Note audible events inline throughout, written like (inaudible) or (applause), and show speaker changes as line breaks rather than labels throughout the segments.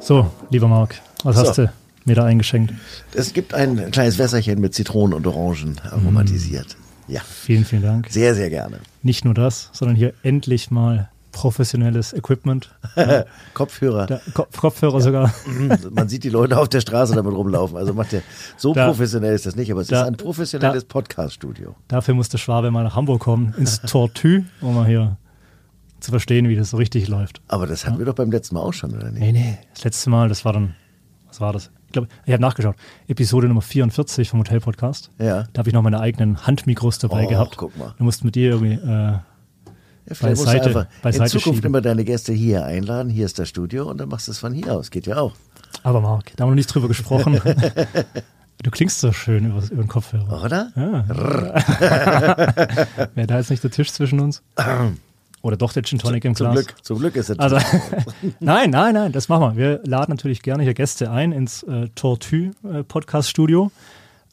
So, lieber Marc, was
So.
hast du mir da eingeschenkt?
Es gibt ein kleines Wässerchen mit Zitronen und Orangen aromatisiert.
Mm.
Ja,
Vielen, vielen Dank.
sehr, sehr gerne.
Nicht nur das, sondern hier endlich mal professionelles Equipment.
Kopfhörer.
Da, Kopf, Kopfhörer sogar.
(laughs) Man sieht die Leute auf der Straße damit rumlaufen. Also macht der so
Da-
professionell ist das nicht, aber es
da-
ist ein professionelles Podcast-Studio.
Dafür musste Schwabe mal nach Hamburg kommen,
(laughs)
ins Tortue, um mal hier zu verstehen, wie das so richtig läuft.
Aber das hatten wir doch beim letzten Mal auch schon, oder nicht?
Nee, nee, das letzte Mal, das war dann, was war das? Ich glaube, ich habe nachgeschaut. Episode Nummer 44 vom Hotel Podcast.
Ja.
Da habe ich noch meine eigenen Handmikros dabei
Oh,
gehabt.
guck mal.
Du musst mit dir irgendwie äh,
Ja, vielleicht musst du
Beiseite-
einfach in
beiseite
Zukunft
schieben.
immer deine Gäste hier einladen. Hier ist das Studio und dann machst du es von hier aus. Geht ja auch.
Aber Marc, da haben wir noch nicht drüber
(laughs)
gesprochen. du klingst so schön über, über den Kopfhörer.
Oder?
Ah,
Ah.
Wäre da jetzt nicht der Tisch zwischen
(clears throat)
uns? Oder doch der Gin Tonic im
Zum
Glas?
Glück, zum Glück ist es.
Also, (laughs) nein, nein, nein, das machen wir. Wir laden natürlich gerne hier Gäste ein ins äh, Tortue äh, Podcast Studio.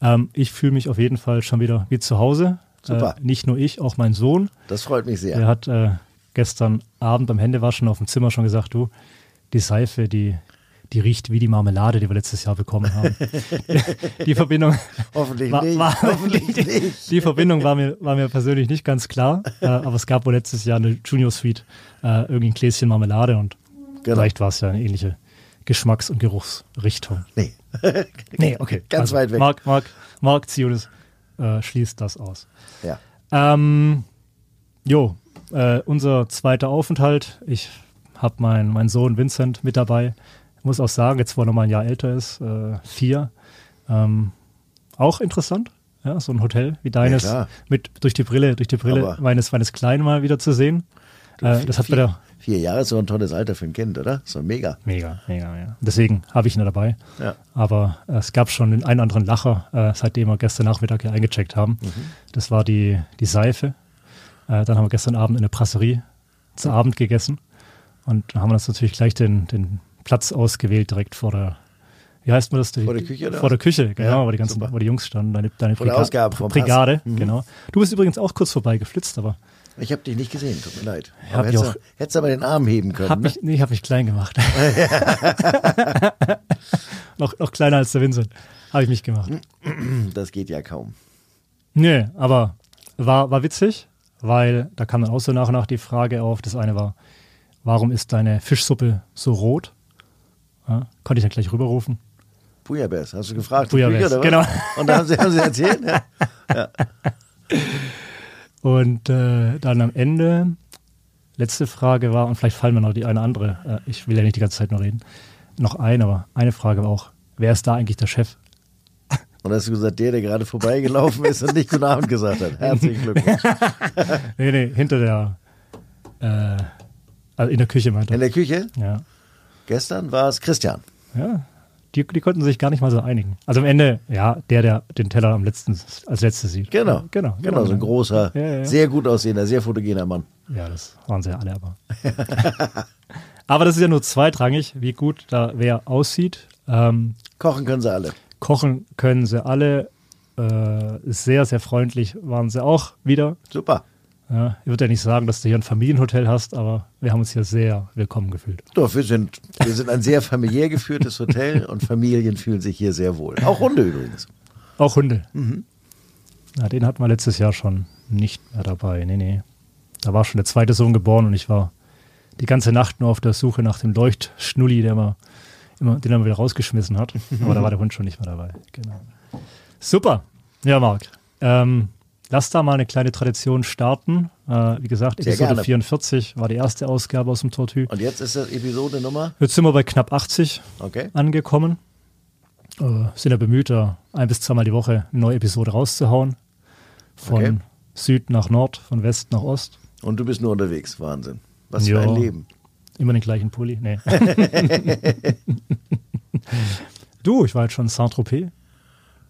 Ähm, ich fühle mich auf jeden Fall schon wieder wie zu Hause.
Super.
Äh, nicht nur ich, auch mein Sohn.
das freut mich sehr.
Der hat äh, gestern Abend beim Händewaschen auf dem Zimmer schon gesagt, du, die Seife, die, die riecht wie die Marmelade, die wir letztes Jahr bekommen
(laughs)
haben. die Verbindung
Hoffentlich
war,
nicht.
war, (laughs)
Hoffentlich
die,
nicht.
die Verbindung war mir, war mir persönlich nicht ganz klar, äh, aber es gab wohl letztes Jahr eine Junior Suite, äh, irgendein Gläschen Marmelade und
Genau.
vielleicht war es ja eine ähnliche Geschmacks- und Geruchsrichtung.
Nee.
Nee, okay.
Ganz weit weg.
Marc, Marc, Marc Zionis äh, schließt das aus.
Ja.
Ähm, jo, äh, unser zweiter Aufenthalt. Ich habe meinen mein Sohn Vincent mit dabei. Muss auch sagen, jetzt wo er nochmal ein Jahr älter ist, äh, vier. Ähm, auch interessant, ja, so ein Hotel wie deines
klar.
mit durch die Brille, durch die Brille
Aber-
meines, meines Kleinen mal wieder zu sehen. Äh, das hat
vier,
mir da
vier Jahre ist so ein tolles Alter für ein Kind, oder? So mega.
mega, mega, ja. Deswegen habe ich ihn da dabei.
Ja.
Aber äh, es gab schon den einen oder anderen Lacher, äh, seitdem wir gestern Nachmittag hier eingecheckt haben.
Mhm.
Das war die, die Seife. Äh, dann haben wir gestern Abend in der Brasserie zu Abend gegessen. Und da haben wir uns natürlich gleich den, den Platz ausgewählt, direkt vor der, wie heißt man das? Die,
Vor der Küche, oder
Vor der Küche, genau, wo, die ganzen,
super.
wo die Jungs standen, deine, deine
Vor der
Briga-
Ausgabe vom Mhm.
Brigade. Genau. Du bist übrigens auch kurz vorbei geflitzt, aber
Ich habe dich nicht gesehen, tut mir leid.
hab
Aber hättest,
ich auch-
du- hättest aber den Arm heben können.
hab
ne?
mich, nee, ich habe mich klein gemacht. (laughs) noch, noch kleiner als der Vincent. Habe ich mich gemacht.
Das geht ja kaum.
Nee, aber war, war witzig, weil da kam dann auch so nach und nach die Frage auf. Das eine war, warum ist deine Fischsuppe so rot? Ja, konnte ich dann gleich rüberrufen.
Pujabes, hast du gefragt?
Bouillabaisse,
Küche,
genau.
Und da haben sie, haben sie erzählt, ne? ja?
Und äh, dann am Ende, letzte Frage war, und vielleicht fallen mir noch die eine andere, äh, ich will ja nicht die ganze Zeit nur reden, noch ein, aber eine Frage war auch, wer ist da eigentlich der Chef?
Und hast du gesagt, der, der gerade vorbeigelaufen ist und nicht guten Abend gesagt hat. Herzlichen Glückwunsch.
Nee, nee, hinter der, äh, also in der Küche meinte
In
er.
der Küche,
Ja,
gestern war es Christian.
Ja, die, die konnten sich gar nicht mal so einigen. Also am Ende, ja, der, der den Teller am letzten, als letztes sieht.
Genau.
Ja, genau.
Genau, so ein großer,
Ja, ja.
sehr gut aussehender, sehr fotogener Mann.
Ja, das waren sie ja alle, aber. (laughs) aber das ist ja nur zweitrangig, wie gut da wer aussieht. Ähm,
Kochen können sie alle.
kochen können sie alle. Äh, sehr, sehr freundlich waren sie auch wieder.
Super.
Ja, ich würde ja nicht sagen, dass du hier ein Familienhotel hast, aber wir haben uns hier sehr willkommen gefühlt.
Doch, wir sind, wir sind ein sehr familiär geführtes Hotel und Familien fühlen sich hier sehr wohl. Auch Hunde übrigens.
Auch Hunde.
Mhm.
Ja, den hatten wir letztes Jahr schon nicht mehr dabei. Nee, nee. Da war schon der zweite Sohn geboren und ich war die ganze Nacht nur auf der Suche nach dem Leuchtschnulli, der immer, immer, den er immer wieder rausgeschmissen hat. Aber da war der Hund schon nicht mehr dabei. Genau. Super. Ja, Marc. Ähm, lass da mal eine kleine Tradition starten. Äh, wie gesagt,
Sehr
Episode
gerne.
44 war die erste Ausgabe aus dem Tortue.
Und jetzt ist das Episode Nummer,
Jetzt sind wir bei knapp 80
okay?
angekommen. Äh, sind ja bemüht, da ein bis zweimal die Woche eine neue Episode rauszuhauen. Von
Okay.
Süd nach Nord, von West nach Ost.
Und du bist nur unterwegs, Wahnsinn. Was für
Ja.
ein Leben.
Immer den gleichen Pulli.
(laughs)
Nee. du, ich war jetzt schon in Saint-Tropez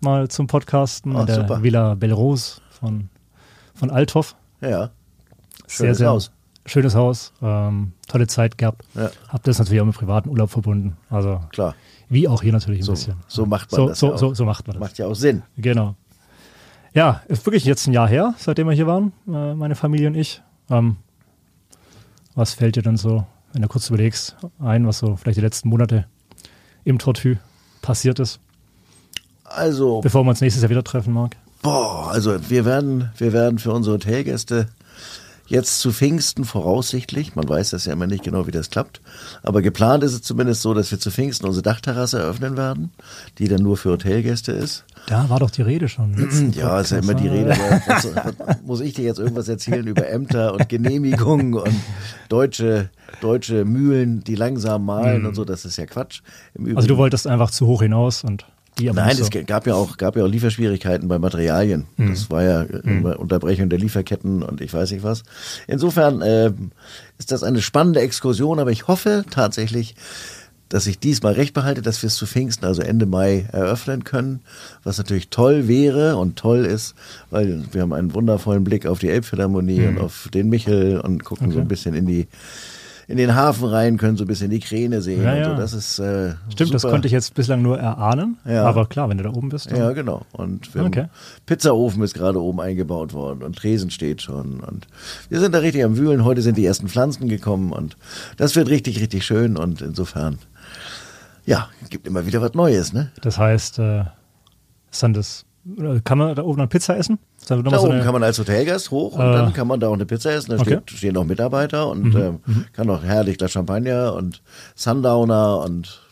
mal zum Podcasten
Ah,
in der
super.
Villa Belrose von, von Althoff. Sehr,
Ja, Schönes
sehr
Haus.
Schönes Haus. Ähm, tolle Zeit gehabt.
Ja.
Hab das natürlich auch mit privaten Urlaub verbunden. Also
klar.
wie auch hier natürlich ein
So,
bisschen.
so macht man
so,
das.
So,
ja auch.
so, so macht man das.
Macht ja auch Sinn.
Genau. Ja, ist wirklich jetzt ein Jahr her, seitdem wir hier waren, äh, meine Familie und ich. Ähm, was fällt dir denn so, wenn du kurz überlegst, ein, was so vielleicht die letzten Monate im Tortue passiert ist,
Also,
bevor man uns nächstes Jahr wieder treffen mag.
boah, also wir werden, wir werden für unsere Hotelgäste jetzt zu Pfingsten voraussichtlich, man weiß das ja immer nicht genau, wie das klappt, aber geplant ist es zumindest so, dass wir zu Pfingsten unsere Dachterrasse eröffnen werden, die dann nur für Hotelgäste ist.
Da war doch die Rede schon.
Ja, ist ja immer
(laughs)
die Rede. aber Was, was, muss ich dir jetzt irgendwas erzählen über Ämter und Genehmigungen und deutsche, deutsche Mühlen, die langsam mahlen und so? Das ist ja Quatsch. Im Übrigen,
Mhm. Also du wolltest einfach zu hoch hinaus und die aber
Nein,
nicht
es
so.
gab ja auch, gab ja auch Lieferschwierigkeiten bei Materialien.
Mhm.
Das war ja äh, Unterbrechung der Lieferketten und ich weiß nicht was. Insofern äh, ist das eine spannende Exkursion, aber ich hoffe tatsächlich, dass ich diesmal recht behalte, dass wir es zu Pfingsten, also Ende Mai, eröffnen können. Was natürlich toll wäre und toll ist, weil wir haben einen wundervollen Blick auf die
Mhm.
Elbphilharmonie und auf den Michel und gucken so ein bisschen in die in den Hafen rein, können so ein bisschen die Kräne sehen
Ja,
und so.
ja.
Das ist äh,
Stimmt, das
super.
konnte ich jetzt bislang nur erahnen.
Ja.
Aber klar, wenn du da oben bist. dann-
Ja, genau. Und wir
Okay.
haben, Pizzaofen ist gerade oben eingebaut worden und Tresen steht schon. Und wir sind da richtig am Wühlen. Heute sind die ersten Pflanzen gekommen und das wird richtig, richtig schön. Und insofern, ja, gibt immer wieder was Neues, ne?
Das heißt, äh, ist dann das, oder kann man da oben dann Pizza essen? Ist dann
Da
nochmal so
oben
eine-
kann man als Hotelgast hoch und
Äh.
dann kann man da auch eine Pizza essen. Da
Okay. Mhm.
steht, stehen auch Mitarbeiter und ähm, kann auch herrlich das Champagner und Sundowner und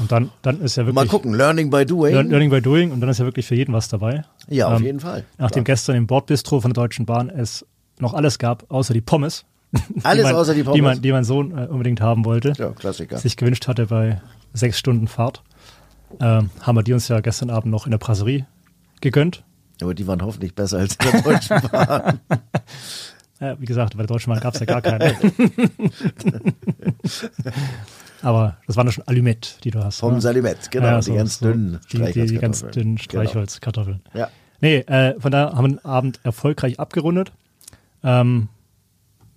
und dann, dann ist ja wirklich
mal gucken, Learning by Doing.
Learn- Learning by Doing und dann ist ja wirklich für jeden was dabei.
ja, auf
Ähm,
jeden Fall.
Nachdem gestern im Bordbistro von der Deutschen Bahn es noch alles gab, außer die Pommes. (laughs)
Alles
die mein,
außer die Pommes.
Die mein, die mein Sohn äh, unbedingt haben wollte,
Ja, Klassiker.
sich gewünscht hatte bei sechs Stunden Fahrt. Ähm, haben wir die uns ja gestern Abend noch in der Brasserie gegönnt.
Aber die waren hoffentlich besser als
(laughs)
in der Deutschen Bahn.
Äh, wie gesagt, bei der Deutschen Bahn gab es ja gar
(laughs)
keine. Aber das waren doch schon Allumette, die du hast.
Vom
ne?
Salimet, genau,
Ja,
die ganz dünnen
die, die, die ganz
Streichholzkartoffeln.
dünnen Streichholzkartoffeln.
Genau. Ja.
Nee, äh, von daher haben wir den Abend erfolgreich abgerundet. Ähm,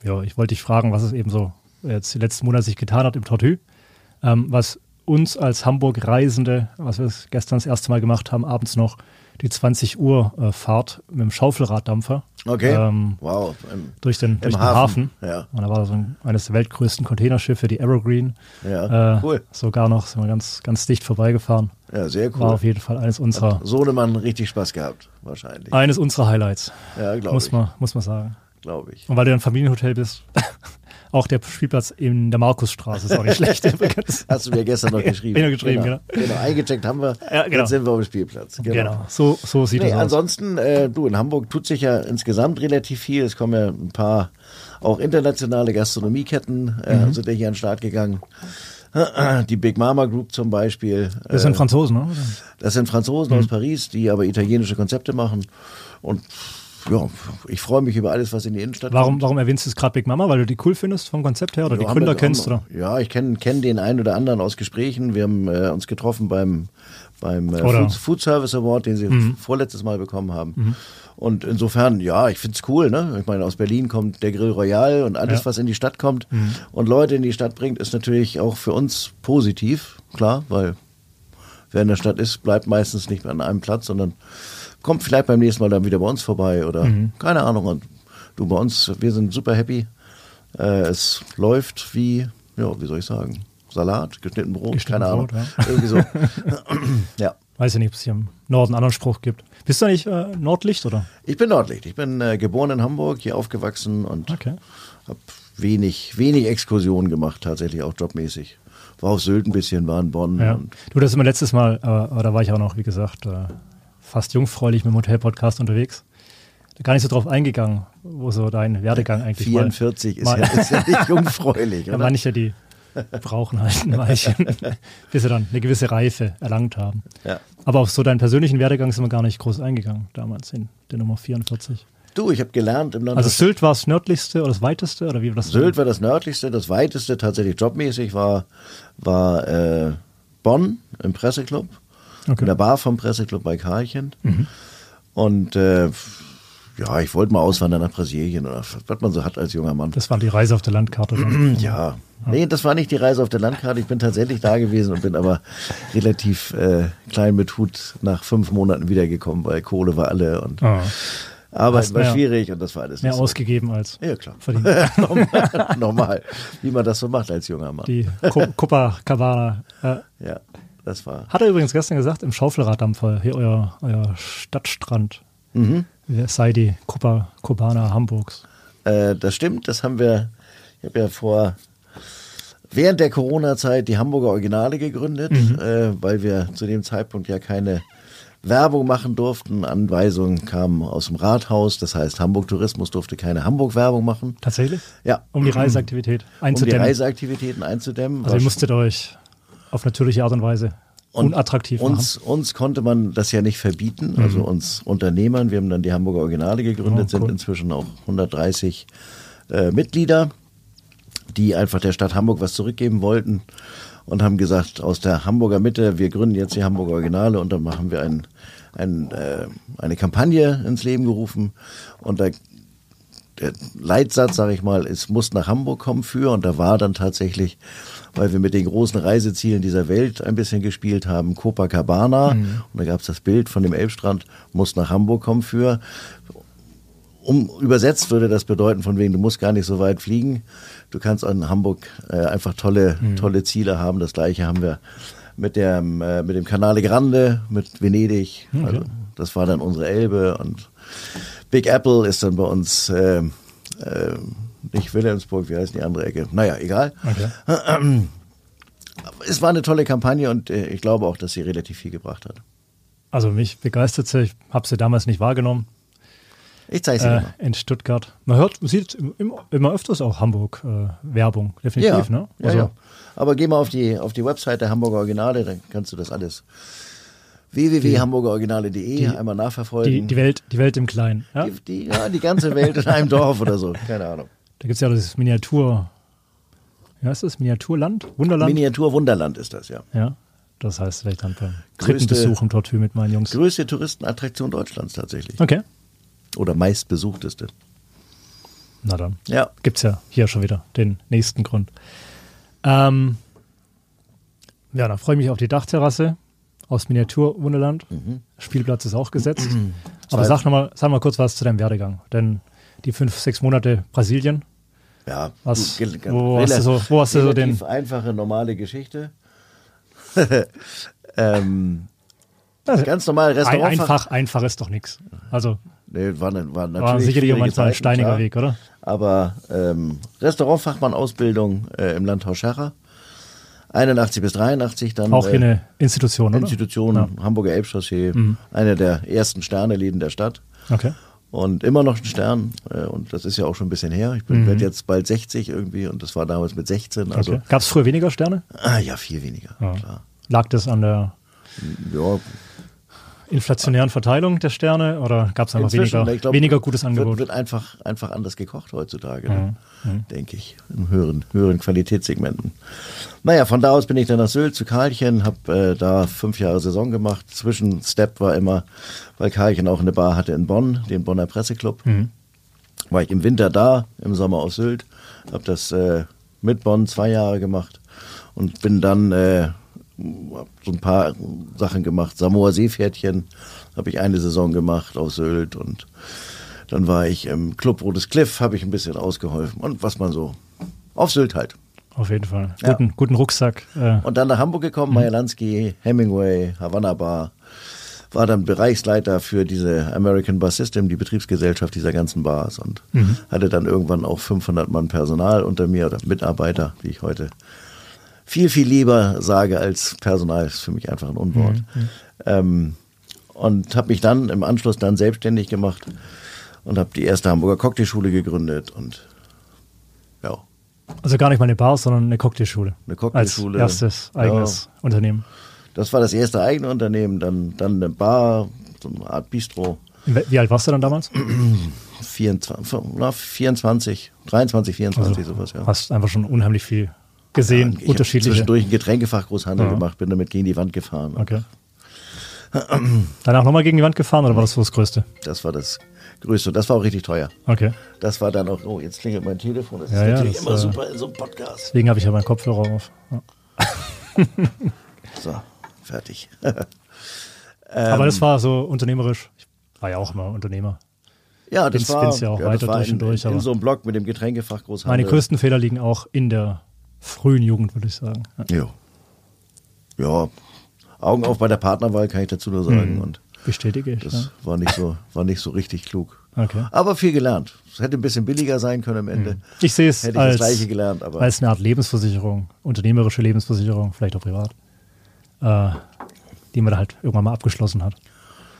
ja, ich wollte dich fragen, was es eben so jetzt die letzten Monate sich getan hat im Tortue. Ähm, was uns als Hamburg-Reisende, was wir es gestern das erste Mal gemacht haben, abends noch die 20 Uhr äh, Fahrt mit dem Schaufelraddampfer
Okay.
ähm,
wow. Ähm,
durch den, durch den
Hafen,
Hafen.
ja.
Und da war so ein, eines der weltgrößten Containerschiffe, die Evergreen.
Ja,
äh,
cool.
Sogar noch, sind wir ganz, ganz dicht vorbeigefahren.
Ja, sehr
War
cool.
auf jeden Fall Ah. eines unserer
Sohnemann richtig Spaß gehabt, wahrscheinlich.
eines unserer Highlights.
Ja, glaub
muss
ich.
man, muss man sagen.
Glaube ich.
Und weil du ein Familienhotel bist, (laughs) auch der Spielplatz in der Markusstraße ist auch nicht
(laughs)
schlecht
Genau.
übrigens.
Hast du mir
(laughs)
gestern noch geschrieben.
Ja, geschrieben,
genau. genau. Eingecheckt haben wir.
(laughs) Ja, genau.
Jetzt sind wir auf dem Spielplatz. Genau.
Genau, so, so sieht
Nee,
das aus.
ansonsten, äh, du, in Hamburg tut sich ja insgesamt relativ viel. Es kommen ja ein paar auch internationale Gastronomieketten, äh,
Mhm.
sind ja hier an den Start gegangen. (clears throat) Die Big Mama Group zum Beispiel.
Das sind Franzosen, ne?
Das sind Franzosen
Mhm.
aus Paris, die aber italienische Konzepte machen. Und ja, ich freue mich über alles, was in die Innenstadt
Warum, warum erwähnst du es gerade Big Mama? Weil du die cool findest vom Konzept her oder die
Ja,
Gründer
haben wir-
kennst?
haben-
Oder?
Ja, ich kenne kenn den einen oder anderen aus Gesprächen. Wir haben äh, uns getroffen beim, beim äh,
Oder- Mhm.
Food, Food Service Award, den sie vorletztes Mal bekommen haben. Und insofern, ja, ich find's cool. Ne? Ich meine, aus Berlin kommt der Grill Royal und alles,
Ja. Mhm.
was in die Stadt kommt und Leute in die Stadt bringt, ist natürlich auch für uns positiv, klar, weil wer in der Stadt ist, bleibt meistens nicht an einem Platz, sondern kommt vielleicht beim nächsten Mal dann wieder bei uns vorbei oder
Mhm.
keine Ahnung. Und du bei uns, wir sind super happy. Äh, es läuft wie, ja, wie soll ich sagen, Salat, geschnitten Brot,
Geschnitten
keine
Brot,
Ahnung.
ja. (laughs)
Irgendwie so. (clears throat) ja.
Weiß ich nicht, ob es hier im Norden einen anderen Spruch gibt. Bist du nicht äh, Nordlicht oder?
Ich bin Nordlicht. Ich bin äh, geboren in Hamburg, hier aufgewachsen und
Okay.
habe wenig, wenig Exkursionen gemacht, tatsächlich auch jobmäßig. War auf Sylt ein bisschen, war in Bonn.
Ja.
Und,
Du, das ist mir letztes Mal, äh, aber da war ich auch noch, wie gesagt, äh, fast jungfräulich mit dem Hotel-Podcast unterwegs. Gar nicht so drauf eingegangen, wo so dein Werdegang eigentlich mal-
44 ist,
mal,
ja, ist ja
(laughs)
nicht jungfräulich,
Ja,
oder?
manche,
(laughs)
die brauchen halt ein Weilchen, (laughs) bis sie dann eine gewisse Reife erlangt haben.
Ja.
Aber auf so deinen persönlichen Werdegang sind wir gar nicht groß eingegangen, damals in der Nummer 44.
Du, ich habe gelernt im Land
Also Sylt war das nördlichste oder das weiteste oder wie war das?
Sylt war das nördlichste, das weiteste tatsächlich jobmäßig war, war äh, Bonn im Presseclub,
Okay. Mhm.
in der Bar vom Presseclub bei Karlchen. Und äh, ja, ich wollte mal auswandern nach Brasilien oder was man so hat als junger Mann.
Das war die Reise auf der Landkarte.
(clears throat)
Dann.
Ja. Nee, das war nicht die Reise auf der Landkarte. Ich bin tatsächlich da gewesen und bin aber relativ äh, klein mit Hut nach fünf Monaten wiedergekommen, weil Kohle war alle und
Ah.
Arbeit
Hast
war
mehr-
schwierig und das war alles
Mehr
nicht so.
ausgegeben als
Ja, klar.
(laughs) verdient.
(laughs) normal, normal, wie man das so macht als junger Mann.
Die
(laughs)
Ku- Copacabana. Äh,
Ja, das war.
hat er übrigens gestern gesagt, im Schaufelraddampfer, hier euer, euer Stadtstrand,
Mhm.
Wer sei die Copa, Copana
(clears throat)
Hamburgs.
Äh, das stimmt, das haben wir. Ich habe ja vor. Während der Corona-Zeit die Hamburger Originale gegründet,
Mhm.
äh, weil wir zu dem Zeitpunkt ja keine Werbung machen durften. Anweisungen kamen aus dem Rathaus, das heißt Hamburg Tourismus durfte keine Hamburg-Werbung machen.
Tatsächlich?
Ja,
Um die Reiseaktivität
um die
einzudämmen.
Reiseaktivitäten einzudämmen.
also ihr
War-
musstet euch auf natürliche Art und Weise
und
unattraktiv machen. Mhm.
uns, uns konnte man das ja nicht verbieten, also uns Unternehmern. Wir haben dann die Hamburger Originale gegründet,
Oh, cool.
sind inzwischen auch 130 äh, Mitglieder, die einfach der Stadt Hamburg was zurückgeben wollten und haben gesagt, aus der Hamburger Mitte, wir gründen jetzt die Hamburger Originale und dann haben wir ein, ein, äh, eine Kampagne ins Leben gerufen und da der Leitsatz, sage ich mal, es muss nach Hamburg kommen für. Und da war dann tatsächlich, weil wir mit den großen Reisezielen dieser Welt ein bisschen gespielt haben, Copacabana. Und da gab es das Bild von dem Elbstrand, muss nach Hamburg kommen für. Um, übersetzt würde das bedeuten, von wegen, du musst gar nicht so weit fliegen. Du kannst an Hamburg äh, einfach tolle, tolle Ziele haben. Das gleiche haben wir mit, dem, äh, mit dem Canale Grande, mit Venedig. Also, das war dann unsere Elbe und Big Apple ist dann bei uns ähm, ähm, nicht Wilhelmsburg, wie heißt die andere Ecke? Naja, egal.
Okay.
Aber Es war eine tolle Kampagne und äh, ich glaube auch, dass sie relativ viel gebracht hat.
Also mich begeistert sie, ich habe sie damals nicht wahrgenommen
Ich zeige sie dir
äh,
mal.
in Stuttgart. Man hört, man sieht im- im- immer öfters auch Hamburg äh, Werbung, definitiv, ne?
ja, ja. Aber geh mal auf die, auf die Website der Hamburger Originale, dann kannst du das alles www.hamburgeroriginale.de einmal
Die,
nachverfolgen.
die, Welt, die Welt im Kleinen. Ja?
Die- die, ja, die ganze Welt in einem Dorf oder so, keine Ahnung.
Da gibt es ja auch dieses Miniatur. Wie heißt das? Miniaturland? Wunderland?
Miniatur Wunderland ist das, ja.
ja. Das heißt vielleicht dann beim dritten
Größte-
Besuch im Tortue mit meinen Jungs.
Größte Touristenattraktion Deutschlands tatsächlich.
Okay.
Oder meistbesuchteste.
Na dann.
Ja.
Gibt es ja hier schon wieder den nächsten Grund. Ähm, ja, dann freue ich mich auf die Dachterrasse aus Miniaturwunderland. Spielplatz ist auch gesetzt. Aber
Mhm. Zwei-
sag noch mal, sag mal kurz was zu deinem Werdegang. Denn die fünf, sechs Monate Brasilien,
Ja,
Was-
gut, gel-
wo hast du so- wo hast du so den-
relativ einfache, normale Geschichte. (laughs) ähm,
Also,
ganz normal
ein,
Restaurant.
einfach, einfach ist doch nichts. Also
Nee, war, ne- war natürlich
war sicherlich
schwierige
auch manchmal ein
Zeiten,
steiniger
klar.
Weg, oder?
Aber ähm, Restaurantfachmann-Ausbildung äh, im Landhaus Schacher. 81 bis 83 dann
Auch
äh,
hier eine Institution, oder?
Institution Hamburger Elbchaussee,
Mhm.
einer der ersten Sterneläden der Stadt.
Okay.
Und immer noch ein Stern. Äh, und das ist ja auch schon ein bisschen her. Ich bin werd jetzt bald 60 irgendwie und das war damals mit 16. Also
Mhm. okay. Gab es früher weniger Sterne?
Ah, ja, viel weniger, klar.
Lag das an der
Ja,
inflationären Verteilung der Sterne oder gab es einfach
inzwischen, ne,
weniger,
ich glaub,
weniger gutes
Wird,
Angebot? Mhm.
wird einfach, einfach anders gekocht heutzutage, ne? denke ich, in höheren, höheren Qualitätssegmenten. Naja, von da aus bin ich dann nach Sylt zu Karlchen, habe äh, da fünf Jahre Saison gemacht. Zwischenstep war immer, weil Karlchen auch eine Bar hatte in Bonn, den Bonner Presseclub.
Mhm.
War ich im Winter da, im Sommer auf Sylt, habe das äh, mit Bonn zwei Jahre gemacht und bin dann... Äh, hab so ein paar Sachen gemacht. Samoa Seepferdchen habe ich eine Saison gemacht auf Sylt und dann war ich im Club Rotes Cliff, habe ich ein bisschen ausgeholfen und was man so. Auf Sylt halt.
Auf jeden Fall.
Ja.
Guten, guten Rucksack. Äh,
Und dann nach Hamburg gekommen, Majelanski, Hemingway, Havana Bar. War dann Bereichsleiter für diese American Bar System, die Betriebsgesellschaft dieser ganzen Bars und hatte dann irgendwann auch 500 Mann Personal unter mir oder Mitarbeiter, wie ich heute viel, viel lieber sage als Personal, ist für mich einfach ein Unwort. Ähm, und habe mich dann im Anschluss dann selbstständig gemacht und habe die erste Hamburger Cocktailschule gegründet und ja,
also gar nicht mal eine Bar, sondern eine Cocktailschule.
Eine Cocktailschule.
Als erstes eigenes Unternehmen.
Das war das erste eigene Unternehmen, dann, dann eine Bar, so eine Art Bistro.
Wie wie alt warst du dann damals?
24, na, 24 23, 24, sowas, ja.
Hast einfach schon unheimlich viel gesehen,
Ich hab
Also, unterschiedliche.
Zwischendurch einen Getränkefachgroßhandel gemacht, bin damit gegen die Wand gefahren.
Okay. Danach nochmal gegen die Wand gefahren oder war das so das Größte?
Das war das Größte. Das war auch richtig teuer.
Okay.
Das war dann auch, oh, jetzt klingelt mein Telefon. Das
Ja, ja,
ist natürlich
das,
immer
äh,
super in so einem Podcast.
Deswegen habe ich ja meinen Kopfhörer auf. Ja.
So, fertig. (laughs) Ähm.
Aber das war so unternehmerisch. Ich war ja auch immer Unternehmer.
Ja, das
Bin's-
war,
bin's ja auch
das
weiter
war
durch und
in,
durch,
in
aber-
so einem Block mit dem Getränkefach Großhandel.
Meine größten Fehler liegen auch in der frühen Jugend, würde ich sagen. Ja.
Ja. ja, Augen auf bei der Partnerwahl kann ich dazu nur sagen.
Mhm.
Und
Bestätige ich.
das
Ja.
war, nicht so, war nicht so richtig klug.
Okay. Hm.
Aber viel gelernt. Es hätte ein bisschen billiger sein können am Ende.
Ich sehe es
Hätte ich
als,
das Gleiche gelernt, aber
als eine Art Lebensversicherung, unternehmerische Lebensversicherung, vielleicht auch privat, äh, die man da halt irgendwann mal abgeschlossen hat.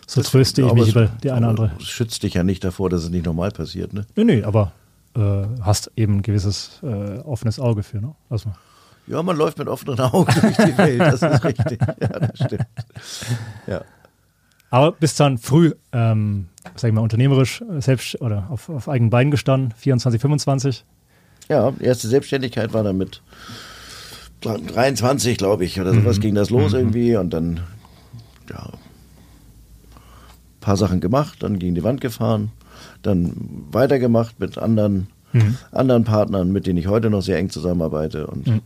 So tröste ich
aber
mich
es-
über die eine
aber
andere.
Es schützt dich ja nicht davor, dass es nicht normal passiert. Ne?
Nö, nö, aber äh, hast eben ein gewisses äh, offenes Auge für, ne? Lass mal.
Ja, man läuft mit offenen Augen (laughs) durch die Welt. Das ist richtig. Ja, das stimmt. Ja.
Aber bist dann früh, ähm, sag ich mal, unternehmerisch äh, selbst oder auf, auf eigenen Beinen gestanden, 24, 25.
Ja, erste Selbstständigkeit war dann mit 23, glaube ich, oder sowas ging das los irgendwie und dann, ja, paar Sachen gemacht, dann gegen die Wand gefahren, dann weitergemacht mit anderen, anderen Partnern, mit denen ich heute noch sehr eng zusammenarbeite und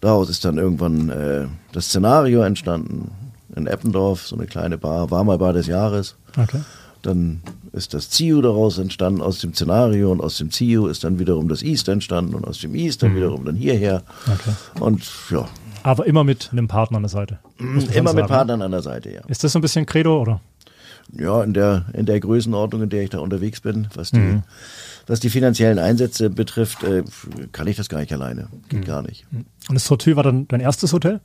daraus ist dann irgendwann äh, das Szenario entstanden in Eppendorf, so eine kleine Bar, war mal Bar des Jahres.
Okay.
Dann ist das CIU daraus entstanden, aus dem Szenario und aus dem CIU ist dann wiederum das East entstanden und aus dem East
Mhm.
dann wiederum dann hierher.
Okay.
Und ja,
Aber immer mit einem Partner an der Seite. muss man schon
immer mit
sagen. ne?
Partnern an der Seite, ja.
Ist das so ein bisschen Credo oder?
Ja, in der, in der Größenordnung, in der ich da unterwegs bin, was die,
Mhm.
was die finanziellen Einsätze betrifft, äh, kann ich das gar nicht alleine.
Mhm.
Geht gar nicht.
Und das Hotel war dann dein erstes Hotel?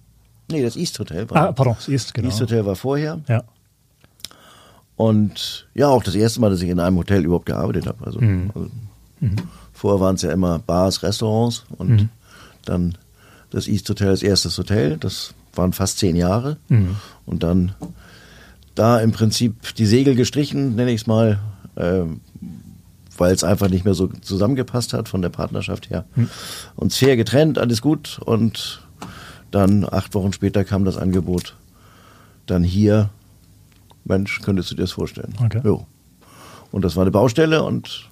Nee, das East Hotel war.
Ah, pardon, das East, genau.
East Hotel war vorher.
Ja.
Und ja, auch das erste Mal, dass ich in einem Hotel überhaupt gearbeitet habe. Also,
Mhm.
also vorher waren es ja immer Bars, Restaurants und dann das East Hotel als erstes Hotel. Das waren fast zehn Jahre. Und dann da im Prinzip die Segel gestrichen, nenne ich es mal, ähm, weil es einfach nicht mehr so zusammengepasst hat von der Partnerschaft her. Uns fair getrennt, alles gut. Und dann acht Wochen später kam das Angebot, dann hier, Mensch, könntest du dir das vorstellen?
Okay.
Jo. Und das war eine Baustelle und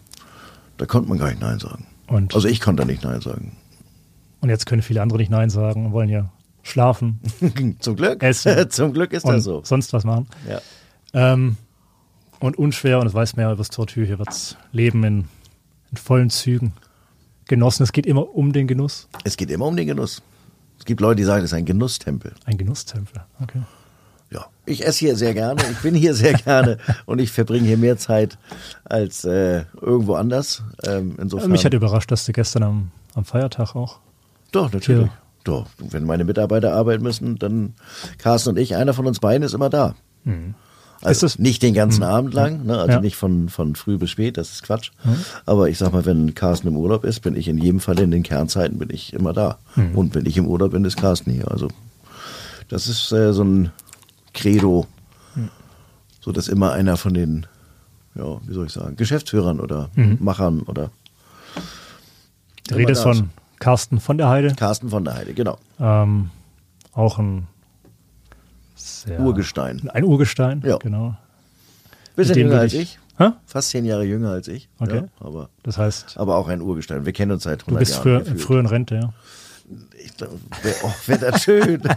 da konnte man gar nicht Nein sagen.
Und,
Also ich konnte nicht Nein sagen. (laughs)
und jetzt können viele andere nicht Nein sagen und wollen ja schlafen
Zum Glück.
Essen.
(laughs) Zum Glück ist
und
das so.
sonst was machen.
Ja.
Ähm, und unschwer, und das weiß man ja über das Tortue, hier wirds Leben in, in vollen Zügen genossen. Es geht immer um den Genuss.
Es geht immer um den Genuss. Es gibt Leute, die sagen, das ist ein Genusstempel.
Ein Genusstempel. Okay.
Ja, ich esse hier sehr gerne, ich bin hier
(laughs)
sehr gerne und ich verbringe hier mehr Zeit als äh, irgendwo anders. Ähm,
Also
insofern.
mich hat überrascht, dass du gestern am, am Feiertag auch.
doch, natürlich.
Ja.
Doch, wenn meine Mitarbeiter arbeiten müssen, dann Carsten und ich, einer von uns beiden ist immer da. Also
Mhm. Ist das-
nicht den ganzen Abend lang, ne? also
Ja. Mhm.
nicht von, von früh bis spät, das ist Quatsch. Aber ich sag mal, wenn Carsten im Urlaub ist, bin ich in jedem Fall in den Kernzeiten bin ich immer da.
Mhm.
Und wenn ich im Urlaub bin, ist Carsten hier. Also das ist äh, so ein Credo,
Mhm.
so dass immer einer von den, ja, wie soll ich sagen, Geschäftsführern oder
Mhm.
Machern oder
Du redest
da ist.
von Carsten von der Heide.
Carsten von der Heide, genau,
Ähm, auch ein sehr,
Urgestein.
Ein Urgestein,
Ja.
genau.
Bisschen
dem
jünger
du
als
dich-
ich,
Hä?
fast zehn Jahre jünger als ich,
Okay.
ja, aber,
Das heißt,
aber auch ein Urgestein. Wir kennen uns seit 100
du bist
Jahren.
früher,
gefühlt.
früher in Rente, ja.
Ich glaub, wär, oh, wär das schön. (laughs)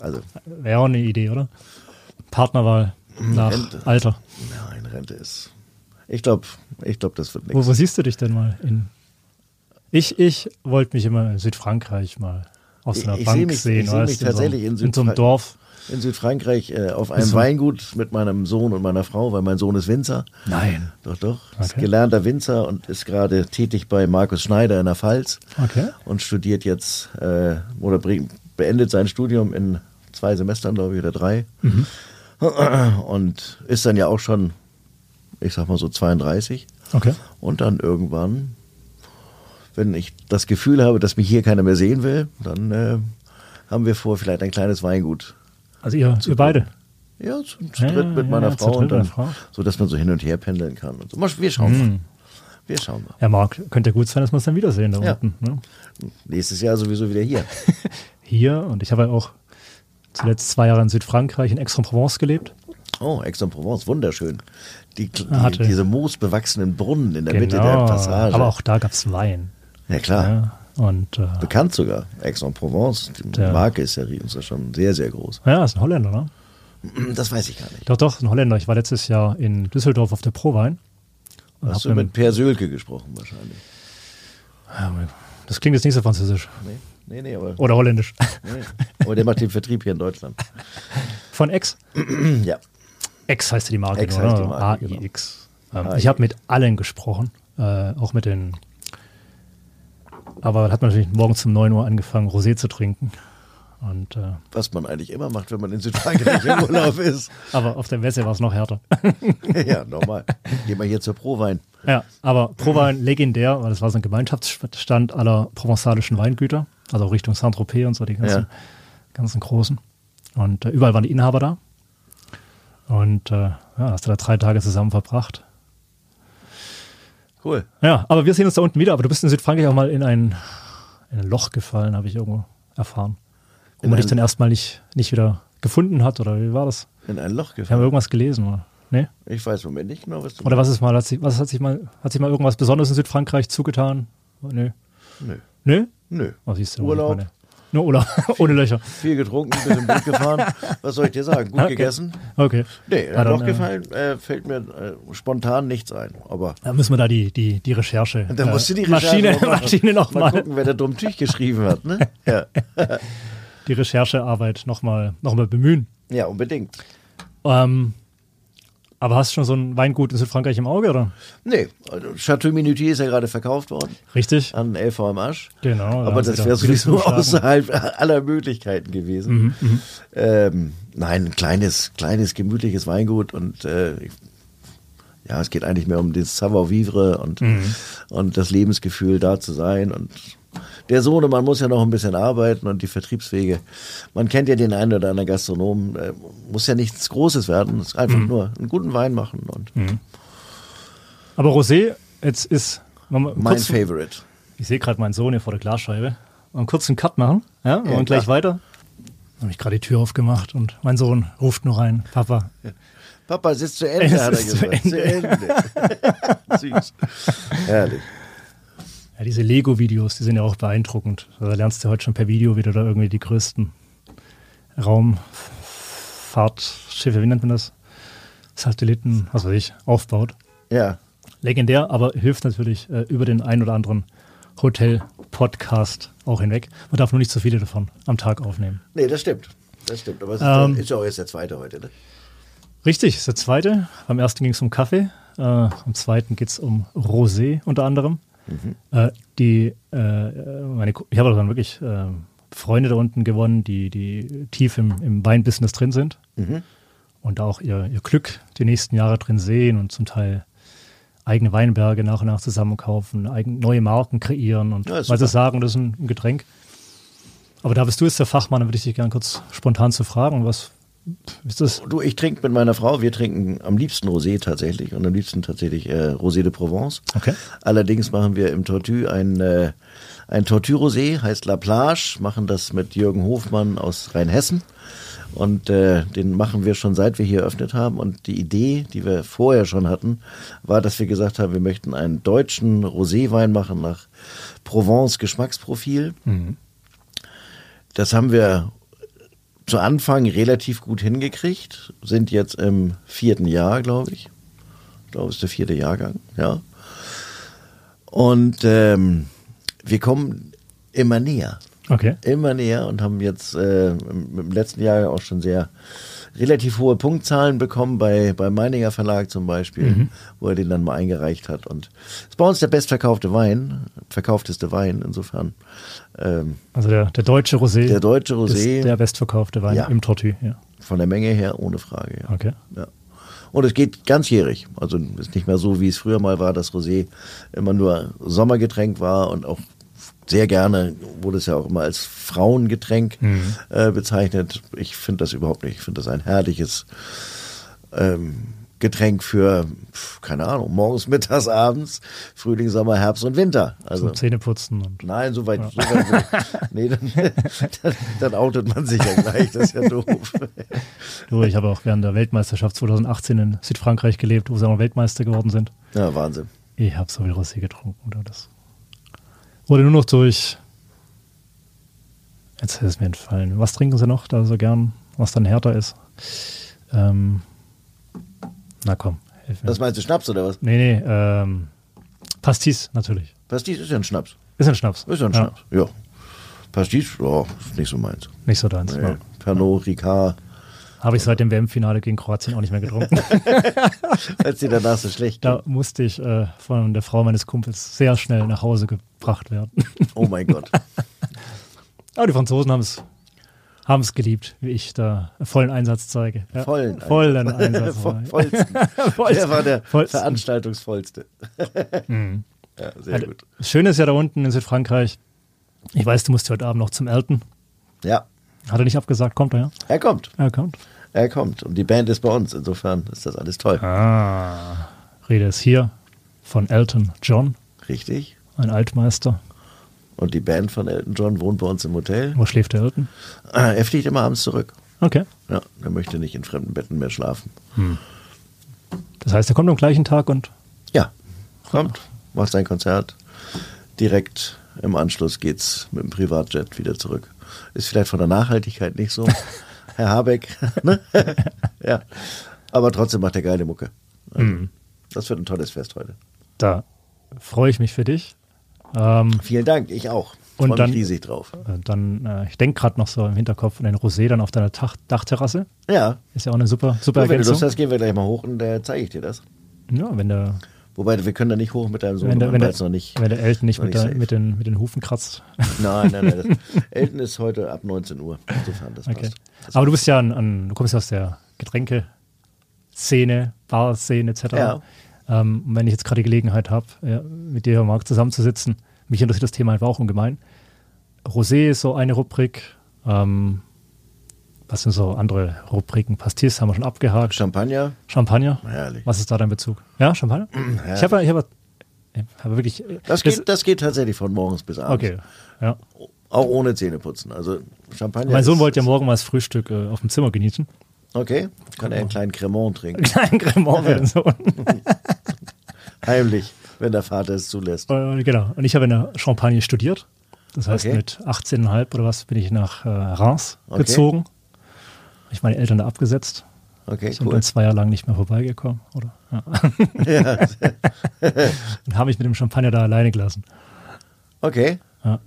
also,
Wäre auch eine Idee, oder? Partnerwahl nach
Hm, Rente.
Alter.
nein, Rente ist. Ich glaube, ich glaub, das wird
Wo,
nichts.
wo siehst du dich denn mal in? Ich, ich wollte mich immer in Südfrankreich mal aus
Ich-
einer
ich
Bank
seh mich-
sehen.
ich seh
weißt
mich
du, in so einem-
tatsächlich in
in so einem
Südfrank-
Dorf.
In Südfrankreich äh, auf einem
so.
Weingut mit meinem Sohn und meiner Frau, weil mein Sohn ist Winzer.
Nein.
Doch, doch. Ist
Okay.
gelernter Winzer und ist gerade tätig bei Markus Schneider in der Pfalz
Okay.
und studiert jetzt äh, oder bring- beendet sein Studium in zwei Semestern, glaube ich, oder drei.
Mhm.
(clears throat) Und ist dann ja auch schon, ich sag mal so 32.
Okay.
Und dann irgendwann, wenn ich das Gefühl habe, dass mich hier keiner mehr sehen will, dann äh, haben wir vor, vielleicht ein kleines Weingut.
Also ihr, ihr beide.
Ja, zu, zu
Ja,
dritt
ja,
mit meiner
ja, zu
Frau
dritt
und dann,
mit der Frau. Mhm.
so dass man so hin und her pendeln kann. Und so. Mal- Wir schauen mal. Wir schauen mal.
Ja, Marc, könnte ja gut sein, dass wir uns dann wiedersehen da
Ja.
unten. Ne?
Nächstes Jahr sowieso wieder hier.
Hier, und ich habe ja auch zuletzt zwei Jahre in Südfrankreich, in Aix-en-Provence gelebt.
Oh, Aix-en-Provence, wunderschön. Die, die,
Ah, Hatte. Genau.
diese moosbewachsenen Brunnen in der Mitte der Passage.
Aber auch da gab es Wein.
ja, klar.
Ja. Und äh,
Bekannt sogar. Aix-en-Provence. Die
Ja.
Marke ist ja, rie- ist ja schon sehr, sehr groß.
ja, ist ein Holländer, ne?
Das weiß ich gar nicht.
Doch, doch, ein Holländer. Ich war letztes Jahr in Düsseldorf auf der Prowein. und
Hast
hab
du mit Per Sölke gesprochen wahrscheinlich? Ah,
Das klingt jetzt nicht so französisch.
Nee, nee, nee aber,
Oder
(laughs)
holländisch.
nee. aber der macht den Vertrieb hier in Deutschland.
Von Ex.
Ja.
Ex heißt ja die Marke.
Ex
genau,
heißt die
ne?
Marke, genau.
AIX. Ähm, ich habe mit allen gesprochen, äh, auch mit den. Aber hat man natürlich morgens um 9 Uhr angefangen, Rosé zu trinken. Und, äh,
Was man eigentlich immer macht, wenn man in Südfrankreich im Urlaub ist.
aber auf der Messe war es noch härter.
ja, normal. Gehen wir hier zur Prowein.
ja, aber Prowein legendär, weil das war so ein Gemeinschaftsstand aller provençalischen Weingüter, also auch Richtung Saint-Tropez und so, die ganzen,
Ja.
ganzen großen. Und äh, überall waren die Inhaber da. Und äh, ja, hast du da drei Tage zusammen verbracht.
Cool.
Ja, aber wir sehen uns da unten wieder. Aber du bist in Südfrankreich auch mal in ein, in ein Loch gefallen, habe ich irgendwo erfahren. Wo
In
man dich
ein-
dann erstmal nicht, nicht wieder gefunden hat oder wie war das?
In ein Loch
Wir haben
gefallen.
irgendwas gelesen, oder? Nee?
Ich weiß im Moment nicht genau, was du
Oder was ist mal, hat sich, was hat sich mal, hat sich mal irgendwas Besonderes in Südfrankreich zugetan? Nö.
Nö.
Nö?
Nö.
Was siehst du? was ich
Urlaub.
meine? Nur Urlaub, (laughs) ohne Löcher.
Viel getrunken, ein bisschen Boot gefahren. Was soll ich dir sagen? Gut
Okay.
gegessen?
Okay.
Nee, in
Ja,
ein
dann,
Loch gefallen äh, fällt mir äh, spontan nichts ein. Aber
Da müssen wir da die, die, die Recherche.
da
äh,
musst du die
Maschine,
Recherche machen.
Maschine
Mal
nochmal.
gucken, wer da drum Tüch geschrieben hat. Ne?
(laughs)
Ja.
Die Recherchearbeit nochmal noch mal bemühen.
ja, unbedingt.
Ähm, aber hast du schon so ein Weingut in Südfrankreich im Auge, oder?
Nee, also Chateau Minutier ist ja gerade verkauft worden
Richtig?
an LV am Arsch.
Genau. da
Aber
haben sie
das
doch Mhm,
wäre
wieder
sowieso
zugeschlagen.
außerhalb aller Möglichkeiten gewesen. ähm, nein, ein kleines, kleines, gemütliches Weingut und äh, ich- ja, es geht eigentlich mehr um das Savoir Vivre und,
Mhm.
und das Lebensgefühl, da zu sein. Und der Sohnemann muss ja noch ein bisschen arbeiten und die Vertriebswege. Man kennt ja den einen oder anderen Gastronomen, äh, muss ja nichts Großes werden, es ist einfach
Mhm.
nur einen guten Wein machen und
Aber Rosé, jetzt ist. noch mal
mein
kurz-
Favorite.
Ich sehe gerade meinen Sohn hier vor der Glasscheibe. Mal einen kurzen Cut machen. Ja, und gleich
klar.
weiter. Dann habe ich gerade die Tür aufgemacht und mein Sohn ruft nur rein: Papa,
Papa, es ist zu Ende,
Es
hat er
ist zu
gesagt. Zu Ende.
(laughs)
Süß. Herrlich.
Ja, diese Lego-Videos, die sind ja auch beeindruckend. Da lernst du heute schon per Video wieder da irgendwie die größten Raumfahrtschiffe, wie nennt man das? Satelliten, was weiß ich, aufbaut.
Ja.
Legendär, aber hilft natürlich äh, über den ein oder anderen Hotel-Podcast auch hinweg. Man darf nur nicht zu viele davon am Tag aufnehmen.
Nee, das stimmt. Das stimmt. Aber es ist,
Ähm.
ist ja auch jetzt der zweite heute, ne?
Richtig, ist der zweite. Beim ersten ging es um Kaffee, äh, am zweiten geht es um Rosé unter anderem.
Mhm.
Äh, die, äh, meine, Ko- ich habe dann wirklich äh, Freunde da unten gewonnen, die, die tief im, im Weinbusiness drin sind
Mhm.
und da auch ihr, ihr Glück die nächsten Jahre drin sehen und zum Teil eigene Weinberge nach und nach zusammenkaufen, eigen, neue Marken kreieren und
Ja, ist
weil sie
super.
sagen, das ist ein, ein Getränk. Aber da bist du jetzt der Fachmann, da würde ich dich gerne kurz spontan zu fragen, was ist das?
Du, ich trinke mit meiner Frau, wir trinken am liebsten Rosé tatsächlich und am liebsten tatsächlich äh, Rosé de Provence.
Okay.
Allerdings machen wir im Tortue ein, äh, ein Tortue-Rosé, heißt La Plage, machen das mit Jürgen Hofmann aus Rheinhessen. Und äh, den machen wir schon seit wir hier eröffnet haben. Und die Idee, die wir vorher schon hatten, war, dass wir gesagt haben, wir möchten einen deutschen Roséwein machen nach Provence-Geschmacksprofil. Das haben wir zu Anfang relativ gut hingekriegt, sind jetzt im vierten Jahr, glaube ich. Ich glaube, es ist der vierte Jahrgang, ja. Und ähm, wir kommen immer näher,
Okay.
immer näher und haben jetzt äh, im, im letzten Jahr auch schon sehr relativ hohe Punktzahlen bekommen, bei, bei Meininger Verlag zum Beispiel, wo er den dann mal eingereicht hat. Und ist bei uns der bestverkaufte Wein, verkaufteste Wein insofern. Ähm,
Also der, der deutsche Rosé.
Der deutsche Rosé.
Ist der bestverkaufte Wein
Ja.
im Tortue. Ja.
Von der Menge her, ohne Frage. Ja.
Okay.
Ja. Und es geht ganzjährig. Also ist nicht mehr so, wie es früher mal war, dass Rosé immer nur Sommergetränk war und auch sehr gerne wurde es ja auch immer als Frauengetränk äh, bezeichnet. Ich finde das überhaupt nicht. Ich finde das ein herrliches ähm, Getränk für, pf, keine Ahnung, morgens, (laughs) mittags, abends, Frühling, Sommer, Herbst und Winter. Also
Zum Zähneputzen. Und
Nein, so weit. So weit würde- nee, dann, dann, dann outet man sich ja gleich. Das ist ja doof.
du, ich habe auch während der Weltmeisterschaft 2018 in Südfrankreich gelebt, wo sie auch Weltmeister geworden sind.
Ja, Wahnsinn.
Ich habe so viel Rosé getrunken. Oder das wurde nur noch durch. Jetzt ist es mir entfallen. Was trinken sie noch da so gern, was dann härter ist? Ähm, na komm, helf mir.
Was meinst du, Schnaps oder was?
Nee, nee, ähm, Pastis natürlich.
Pastis ist ja ein Schnaps.
Ist ein Schnaps.
Ist ja ein
Ja.
Schnaps, ja. Pastis, ja, ist nicht so meins.
Nicht so deins.
Nee.
ne?
Pernod Ricard,
Habe ich seit dem WM-Finale gegen Kroatien auch nicht mehr (laughs) getrunken.
als dir danach so schlecht ging.
da musste ich äh, von der Frau meines Kumpels sehr schnell nach Hause gebracht werden.
Oh
(laughs)
mein Gott.
Aber die Franzosen haben es haben es geliebt, wie ich da vollen Einsatz zeige. Ja, (laughs)
Vollen
vollen Einsatz.
(laughs) Voll,
zeige.
vollsten. Der war der
Vollsten.
veranstaltungsvollste. (laughs) Ja, sehr
Also,
gut.
das Schöne ist ja da unten in Südfrankreich. Ich weiß, du musst ja heute Abend noch zum Elton.
Ja,
Hat er nicht abgesagt, kommt er ja?
er kommt.
Er kommt.
Er kommt. Und die Band ist bei uns. Insofern ist das alles toll.
Ah. Rede ist hier von Elton John,
Richtig.
ein Altmeister.
Und die Band von Elton John wohnt bei uns im Hotel.
Wo schläft der Elton?
Ah, Er fliegt immer abends zurück.
Okay.
Ja, er möchte nicht in fremden Betten mehr schlafen.
Das heißt, er kommt am gleichen Tag und
Ja,
Mhm.
kommt, macht sein Konzert. Direkt im Anschluss geht's mit dem Privatjet wieder zurück. Ist vielleicht von der Nachhaltigkeit nicht
(laughs)
so, Herr Habeck. (laughs) ne? ja. Aber trotzdem macht er geile Mucke. Also,
Mhm.
Das wird ein tolles Fest heute.
da freue ich mich für dich. Ähm,
Vielen Dank, ich auch.
Und
Freue
dann-
mich riesig drauf.
äh, dann, äh, ich denke gerade noch so im Hinterkopf an den Rosé dann auf deiner Tach Dachterrasse.
Ja,
Ist ja auch eine super, super
wenn du Lust
Ergänzung.
hast, gehen wir gleich mal hoch und äh, zeige ich dir das.
Ja, wenn der,
Wobei, wir können da nicht hoch mit deinem Sohn,
wenn der,
weil
wenn der,
es noch nicht.
wenn der Elton nicht,
noch
mit,
nicht
der,
safe.
mit, den, mit den Hufen kratzt.
Nein, nein, nein. Das, Elton ist heute ab 19 Uhr. Insofern, das
Okay.
passt. Das
Aber du bist ja ein, ein, du kommst ja aus der Getränke-Szene, Bar-Szene etc.
Ja.
Ähm, und wenn ich jetzt gerade die Gelegenheit habe, ja, mit dir, Marc, zusammenzusitzen, mich interessiert das Thema einfach auch ungemein. Rosé ist so eine Rubrik. Ähm, was sind so andere Rubriken? Pastis haben wir schon abgehakt.
Champagner,
Champagner.
Herrlich.
Was ist da dein Bezug? Ja, Champagner? Ich habe ich hab, ich hab wirklich. äh,
Das geht, das geht tatsächlich von morgens bis abends.
Okay. Ja.
Auch ohne Zähneputzen. Also Champagner.
mein Sohn
ist-
wollte ja morgen mal das Frühstück äh, auf dem Zimmer genießen. (laughs)
Okay, kann er einen kleinen Cremant trinken.
Kleinen Cremant für den Sohn.
Heimlich, wenn der Vater es zulässt.
Äh, genau. Und ich habe in der Champagne studiert. Das heißt,
Okay.
mit 18,5 oder was bin ich nach äh, Reims
Okay.
gezogen. Hab Ich meine Eltern da abgesetzt.
Okay,
Sind
cool.
dann zwei Jahre lang nicht mehr vorbeigekommen, oder? Ja. (laughs) Und haben mich mit dem Champagner da alleine gelassen.
Okay.
Ja.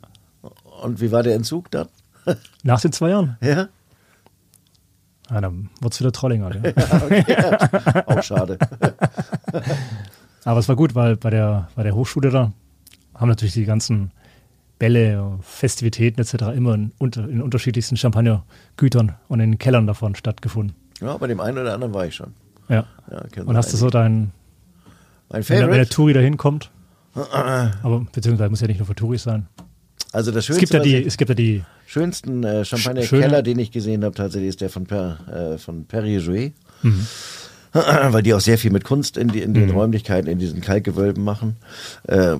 Und wie war der Entzug dann? (laughs)
Nach den zwei Jahren.
Ja?
Ja, dann wurde es wieder Trollinger.
(laughs)
Gell?
Auch
(laughs)
schade.
Aber es war gut, weil bei der, bei der Hochschule da haben natürlich die ganzen Bälle, Festivitäten etc. immer in, unter, in unterschiedlichsten Champagnergütern und in den Kellern davon stattgefunden.
Ja, bei dem einen oder anderen war ich schon.
Ja.
Ja, kenn
Und hast du so deinen,
mein
wenn, der- wenn der
Genau, Favorite?
Touri da
(clears throat)
hinkommt? Aber beziehungsweise muss ja nicht nur für Touris sein.
Also das
Es
Schönste,
gibt ja
was
die,
ich-
es gibt ja die,
schönsten äh, Champagner-Keller,
schöne-
den ich gesehen habe, tatsächlich ist der von, per, äh, von Perrier-Jouet. (clears throat) Weil die auch sehr viel mit Kunst in, die, in den Räumlichkeiten, in diesen Kalkgewölben machen. Äh,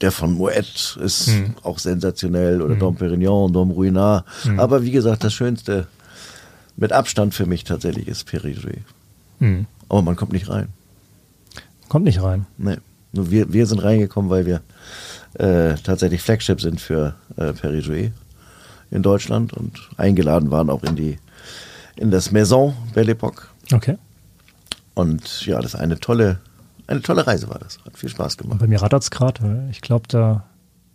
der von Moet ist auch sensationell oder Dom Perignon, Dom Ruinart. Aber wie gesagt, das Schönste mit Abstand für mich tatsächlich ist Perrier-Jouet. Aber man kommt nicht rein.
kommt nicht rein.
Nee. Nur wir, wir sind reingekommen, weil wir äh, tatsächlich Flagship sind für äh, Perrier in Deutschland und eingeladen waren auch in die in das Maison Belle Époque.
Okay.
Und ja, das ist eine tolle, eine tolle Reise war das. Hat viel Spaß
Und
gemacht.
bei mir rattert es gerade. Ich glaube, da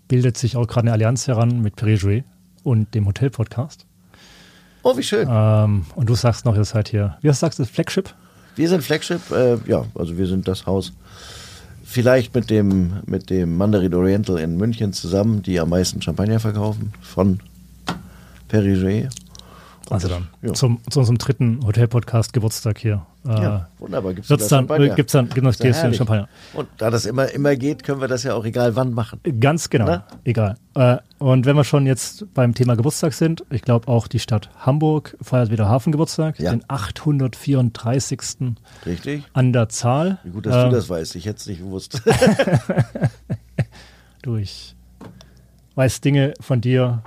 bildet sich auch gerade eine Allianz heran mit Perrier und dem Hotel-Podcast.
Oh, wie schön.
Ähm, und du sagst noch, ihr seid hier, wie sagst du, Flagship?
Wir sind Flagship, äh, ja, also wir sind das Haus. Vielleicht mit dem, mit dem Mandarin Oriental in München zusammen, die am meisten Champagner verkaufen von Perrier.
Also dann
Ja.
zum, zu unserem dritten Hotel-Podcast Geburtstag hier. Äh,
Ja, wunderbar. Gibt's
wird's
da
dann,
Champagner?
äh, gibt's dann, gibt's noch
Ist ja
gibt's den
herrlich.
Champagner.
Und da das immer, immer geht, können wir das ja auch egal wann machen.
Ganz genau,
Na?
egal. Äh, und wenn wir schon jetzt beim Thema Geburtstag sind, ich glaube auch die Stadt Hamburg feiert wieder Hafengeburtstag,
Ja.
den 834.
Richtig?
an der Zahl.
Wie gut, dass
Ähm,
du das weißt. Ich hätte es nicht gewusst. (laughs)
Du, ich weiß Dinge von dir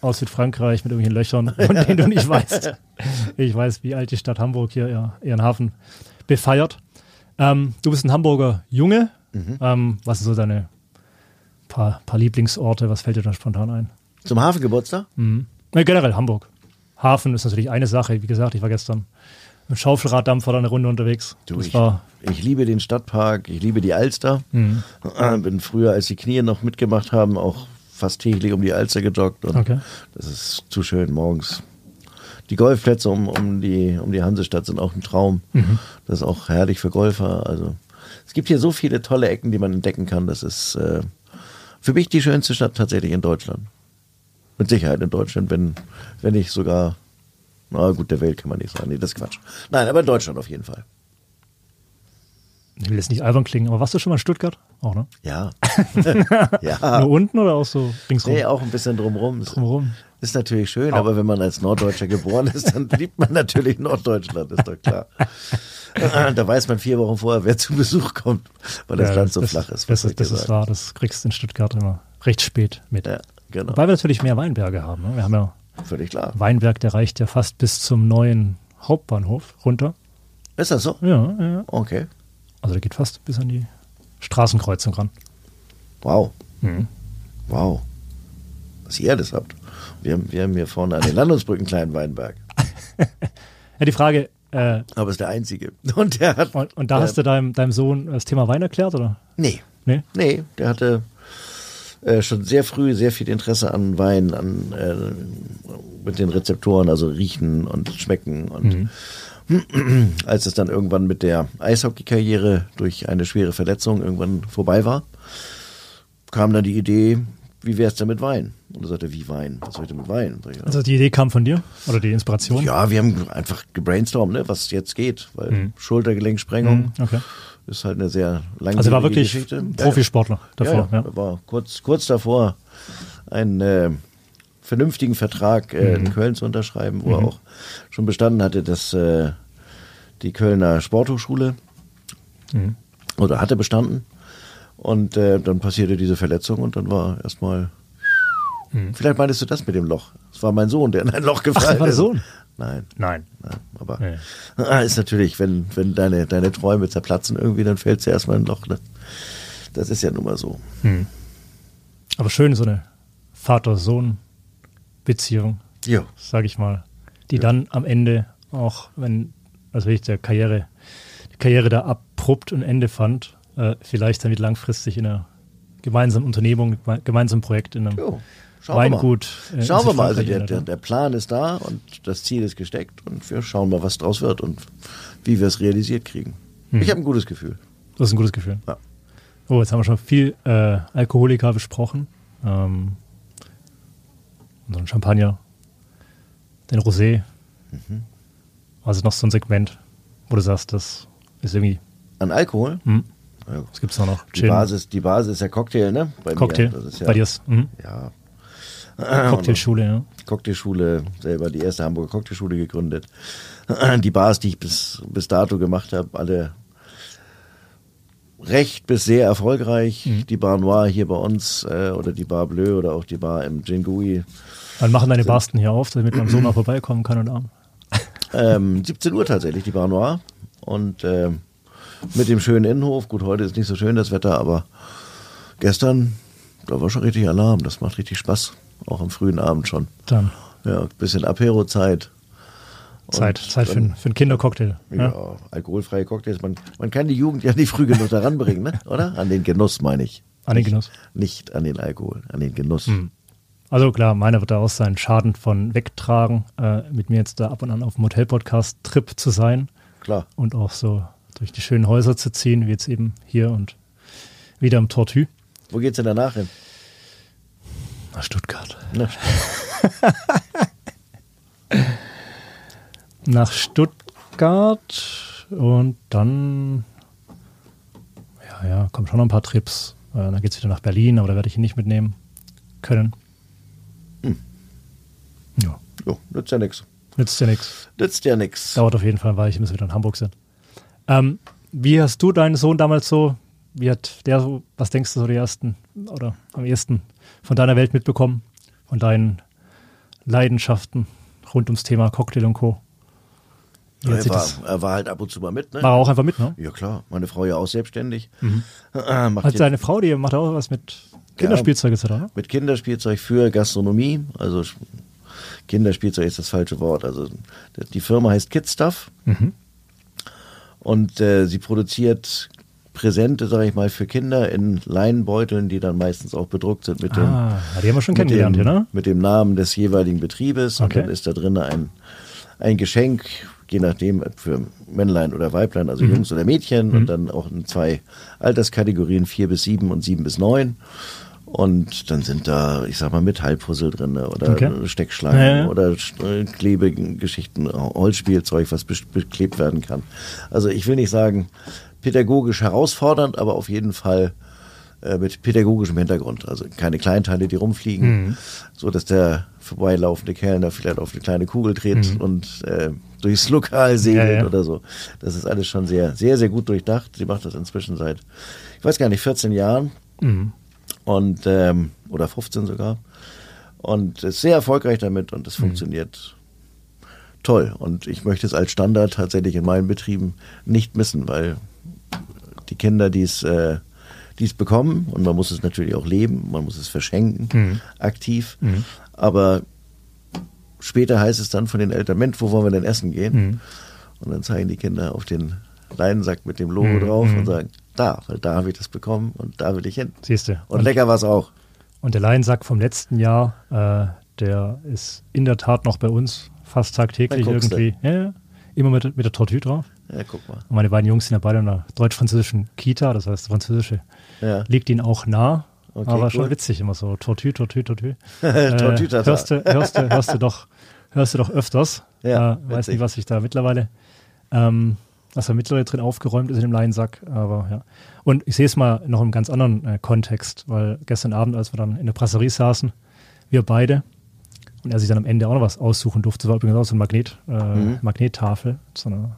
aus Südfrankreich mit irgendwelchen Löchern, von denen du nicht
(laughs)
weißt. Ich weiß, wie alt die Stadt Hamburg hier ihr- ihren Hafen befeiert. Ähm, du bist ein Hamburger Junge.
Mhm.
Ähm, was sind so deine paar, paar Lieblingsorte? Was fällt dir da spontan ein?
Zum Hafengeburtstag?
Mhm. Ja, generell Hamburg. Hafen ist natürlich eine Sache. Wie gesagt, ich war gestern mit Schaufelraddampfer dann eine Runde unterwegs.
Du,
das
ich,
war Mhm.
ich liebe den Stadtpark, ich liebe die Alster. (clears throat) Bin früher, als die Knie noch mitgemacht haben, auch fast täglich um die Alster gejoggt. Und
Okay.
Das ist zu schön morgens. Die Golfplätze um, um, die, um die Hansestadt sind auch ein Traum.
Mhm.
Das ist auch herrlich für Golfer. Also es gibt hier so viele tolle Ecken, die man entdecken kann. Das ist äh, für mich die schönste Stadt tatsächlich in Deutschland. Mit Sicherheit in Deutschland, wenn, wenn nicht sogar, na gut, der Welt kann man nicht sagen. Nee, das ist Quatsch. Nein, aber in Deutschland auf jeden Fall.
ich will jetzt nicht albern klingen, aber warst du schon mal in Stuttgart? Auch, ne? (laughs)
Ja. ja.
Nur unten oder auch so ringsrum?
Ah. Nee, auch ein bisschen drumrum. Ist-
Drumrum.
Ist natürlich schön, aber wenn man als Norddeutscher geboren
(laughs)
ist, dann liebt man natürlich Norddeutschland, ist doch klar. da weiß man vier Wochen vorher, wer zu Besuch kommt, weil das
Ja,
Land so flach ist.
Das,
was soll
ist,
ich
das
dir
ist
sagen.
wahr, das kriegst du in Stuttgart immer recht spät mit.
Ja, genau.
Weil wir natürlich mehr Weinberge haben. Ne? Wir haben ja
Völlig klar.
Weinberg, der reicht ja fast bis zum neuen Hauptbahnhof runter.
Ist das so?
Ja, ja.
Okay.
Also der geht fast bis an die Straßenkreuzung ran.
Wow.
Mhm.
Wow. Was ihr alles habt. Wir haben, wir haben hier vorne an den Landungsbrücken einen kleinen Weinberg.
Ja, die Frage, äh,
Aber ist der einzige. Und der hat.
und, und da
der-
hast du deinem, deinem Sohn das Thema Wein erklärt, oder?
Nee.
Nee?
Nee, der hatte äh, schon sehr früh sehr viel Interesse an Wein, an, äh, mit den Rezeptoren, also riechen und schmecken. Und
Mhm.
(clears throat) als es dann irgendwann mit der Eishockey-Karriere durch eine schwere Verletzung irgendwann vorbei war, kam dann die Idee, wie wäre es denn mit Wein? Und er sagte, wie Wein? Was soll ich denn mit Wein? Sag ich, ja.
Also die Idee kam von dir? Oder die Inspiration?
ja, wir haben einfach gebrainstormt, ne, was jetzt geht, weil Schultergelenksprengung
Okay.
ist halt eine sehr langwierige
Mhm. Also war wirklich
Geschichte. Ja, ja.
Profisportler davor.
Ja,
Ja,
ja. Er war kurz, kurz davor, einen äh, vernünftigen Vertrag äh,
Mhm.
in Köln zu unterschreiben, wo er auch schon bestanden hatte, dass äh, die Kölner Sporthochschule
Mhm.
oder hatte bestanden. Und äh, dann passierte diese Verletzung und dann war erstmal. Vielleicht meintest du das mit dem Loch. Es war mein Sohn, der in ein Loch gefallen
Mhm. war der
ist.
Sohn?
Nein.
Nein.
Ja, aber (laughs) ist natürlich, wenn, wenn deine, deine Träume zerplatzen irgendwie, dann fällst du erstmal in ein Loch. Ne? Das ist ja nun mal so.
Aber schön, so eine Vater-Sohn-Beziehung,
Ja.
sage ich mal, die dann am Ende auch, wenn, also ich der Karriere, die Karriere da abrupt ein Ende fand, äh, vielleicht dann wieder langfristig in einer gemeinsamen Unternehmung, geme- gemeinsamen Projekt in einem
Jo. Schauen
Weingut.
wir mal. Schauen wir mal. Also der,
der,
der, der Plan ist da und das Ziel ist gesteckt und wir schauen mal, was draus wird und wie wir es realisiert kriegen.
Mhm.
Ich habe ein gutes Gefühl.
Das ist ein gutes Gefühl.
Ja.
Oh, jetzt haben wir schon viel äh, Alkoholiker besprochen. Ähm, unseren Champagner, den Rosé.
Mhm.
Also noch so ein Segment, wo du sagst, das ist irgendwie,
An Alkohol? Ja.
was gibt es noch? noch?
Die, Basis, die Basis ist ja Cocktail, ne? Bei mir.
Cocktail.
Das ist ja,
Bei dir ist mhm.
Ja.
Cocktailschule, ja.
Cocktailschule, selber die erste Hamburger Cocktailschule gegründet. (clears throat) Die Bars, die ich bis, bis dato gemacht habe, alle recht bis sehr erfolgreich. Die Bar Noir hier bei uns äh, oder die Bar Bleu oder auch die Bar im Gingui.
Dann machen deine Barsten hier auf, damit mein
(clears throat)
Sohn auch vorbeikommen kann und Abend.
Ähm, 17 Uhr tatsächlich, die Bar Noir. Und ähm, mit dem schönen Innenhof. Gut, heute ist nicht so schön das Wetter, aber gestern, da war schon richtig Alarm. Das macht richtig Spaß. Auch am frühen Abend schon.
Dann
Ja, bisschen Apero-Zeit. Und
Zeit, Zeit für,
dann-
einen- für einen Kindercocktail.
Ja,
Ja.
alkoholfreie Cocktails. Man, man kann die Jugend ja nicht früh genug daran bringen, ne? oder? An den Genuss meine ich.
An den Genuss.
Nicht an den Alkohol, an den Genuss.
Also klar, meiner wird da aus seinen Schaden von wegtragen, äh, mit mir jetzt da ab und an auf dem Hotel-Podcast-Trip zu sein
Klar.
und auch so durch die schönen Häuser zu ziehen, wie jetzt eben hier und wieder im Tortue.
Wo geht's denn danach hin? Ne?
Nach Stuttgart.
Na,
Nach Stuttgart und dann, ja, ja, kommen schon noch ein paar Trips. Äh, dann geht es wieder nach Berlin, aber da werde ich ihn nicht mitnehmen können. Hm. Ja,
jo, nützt ja nix.
nützt ja nichts.
Nützt ja nix.
Dauert auf jeden Fall, weil ich bis wir wieder in Hamburg sind. Ähm, wie hast du deinen Sohn damals so, wie hat der so, was denkst du so die ersten oder am ersten von deiner Welt mitbekommen? Von deinen Leidenschaften rund ums Thema Cocktail und Co. Wie hat
er,
sich das,
war, er war halt ab und zu mal mit, ne?
war er auch einfach mit, ne?
Ja klar, meine Frau ja auch selbstständig. (clears throat) Macht
Mhm. Hat
ja
seine Also Frau, die macht auch was mit Kinderspielzeug etc. Ne?
mit Kinderspielzeug für Gastronomie, also sch- Kinderspielzeug ist das falsche Wort. Also die Firma heißt Kid Stuff
Mhm.
und äh, sie produziert Präsente, sage ich mal, für Kinder in Leinenbeuteln, die dann meistens auch bedruckt sind mit dem
Ah, die haben wir schon kennengelernt, ne?
mit dem,
oder?
Mit dem Namen des jeweiligen Betriebes.
Okay.
Und dann ist da drin ein, ein Geschenk, je nachdem ob für Männlein oder Weiblein, also
Mhm.
Jungs oder Mädchen. Und dann auch in zwei Alterskategorien, vier bis sieben und sieben bis neun. Und dann sind da, ich sag mal, Metallpuzzle drin oder
Okay.
Steckschlangen
Ja, ja.
oder Sch- äh, Klebegeschichten, Holzspielzeug, was bes- beklebt werden kann. Also ich will nicht sagen pädagogisch herausfordernd, aber auf jeden Fall äh, mit pädagogischem Hintergrund. Also keine Kleinteile, die rumfliegen,
Mhm.
so dass der vorbeilaufende Kellner vielleicht auf eine kleine Kugel dreht und äh, durchs Lokal segelt
Mhm. Ja, ja.
oder so. Das ist alles schon sehr, sehr, sehr gut durchdacht. Sie macht das inzwischen seit, ich weiß gar nicht, 14 Jahren
Mhm.
und ähm, oder 15 sogar. Und ist sehr erfolgreich damit und es
Mhm.
funktioniert toll. Und ich möchte es als Standard tatsächlich in meinen Betrieben nicht missen, weil die Kinder, die es, äh, die es bekommen, und man muss es natürlich auch leben, man muss es verschenken,
Mhm.
aktiv, aber später heißt es dann von den Eltern, Mensch, wo wollen wir denn essen gehen?
Mhm.
Und dann zeigen die Kinder auf den Leinensack mit dem Logo
Mhm.
drauf und sagen, da, weil da habe ich das bekommen und da will ich hin.
Siehst du.
Und lecker war es auch.
Und der Laiensack vom letzten Jahr, äh, der ist in der Tat noch bei uns fast tagtäglich
Na, guckst du.
irgendwie. Ja, ja. Immer mit, mit der Tortue drauf.
Ja, guck mal.
Und meine beiden Jungs sind ja beide in einer deutsch-französischen Kita, das heißt, französische
Ja.
liegt ihnen auch nah.
Okay,
aber
cool.
schon witzig immer so. Tortue, Tortue, Tortue.
(laughs)
Äh,
Tortue, Tata.
hörst, du, hörst, du, hörst, du doch, hörst du doch öfters.
Ja,
äh, weiß
witzig.
nicht, was ich da mittlerweile, ähm, was da mittlerweile drin aufgeräumt ist in dem Leinsack. Aber ja. Und ich sehe es mal noch im ganz anderen äh, Kontext, weil gestern Abend, als wir dann in der Brasserie saßen, wir beide, und er sich dann am Ende auch noch was aussuchen durfte, war übrigens auch so eine Magnet, äh,
Mhm.
Magnettafel, so eine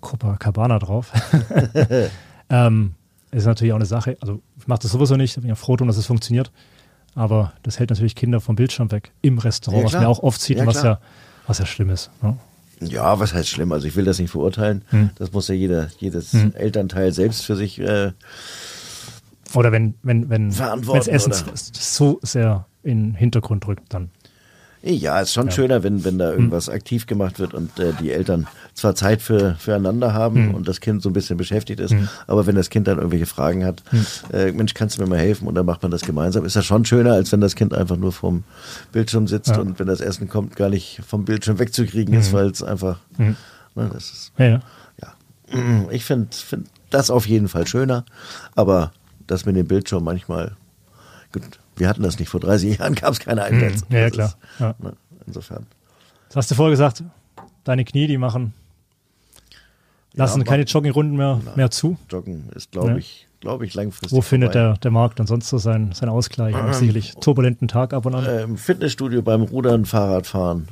Copacabana
(laughs)
drauf. Ähm, ist natürlich auch eine Sache. Also ich mache das sowieso nicht, da bin ich ja froh drum, dass es funktioniert. Aber das hält natürlich Kinder vom Bildschirm weg im Restaurant,
Ja,
was
klar.
man ja auch oft sieht
Ja,
und was
klar.
ja, was ja schlimm ist. Ne?
Ja, was heißt schlimm? Also ich will das nicht verurteilen. Das muss ja jeder, jedes Elternteil selbst für sich. Äh,
Oder wenn, wenn, wenn
Verantworten,
wenn's Essen
oder?
s- so sehr in den Hintergrund rückt, dann.
eh, ja, ist schon schöner, wenn, wenn da irgendwas aktiv gemacht wird und äh, die Eltern zwar Zeit für, füreinander haben und das Kind so ein bisschen beschäftigt ist, aber wenn das Kind dann irgendwelche Fragen hat, äh, Mensch, kannst du mir mal helfen? Und dann macht man das gemeinsam. Ist das schon schöner, als wenn das Kind einfach nur vom Bildschirm sitzt und wenn das Essen kommt, gar nicht vom Bildschirm wegzukriegen ist, weil es einfach, ne, das ist
Ja, ja.
ja, Mm, ich finde find das auf jeden Fall schöner, aber das mit dem Bildschirm manchmal, gut, wir hatten das nicht, vor 30 (laughs) Jahren gab es keine iPads.
Mhm. Ja, ja,
Das
klar,
Ist,
ja.
ne, insofern.
Das hast du vorher gesagt, deine Knie, die machen, lassen
Ja,
keine Joggingrunden mehr, mehr zu.
Joggen ist, glaube
Ja.
ich, glaube ich, langfristig.
Wo findet
vorbei. Ähm.
der, der Markt dann sonst so seinen, seinen Ausgleich? Am sicherlich turbulenten Tag ab und an.
Äh, Im Fitnessstudio beim Rudern, Fahrradfahren,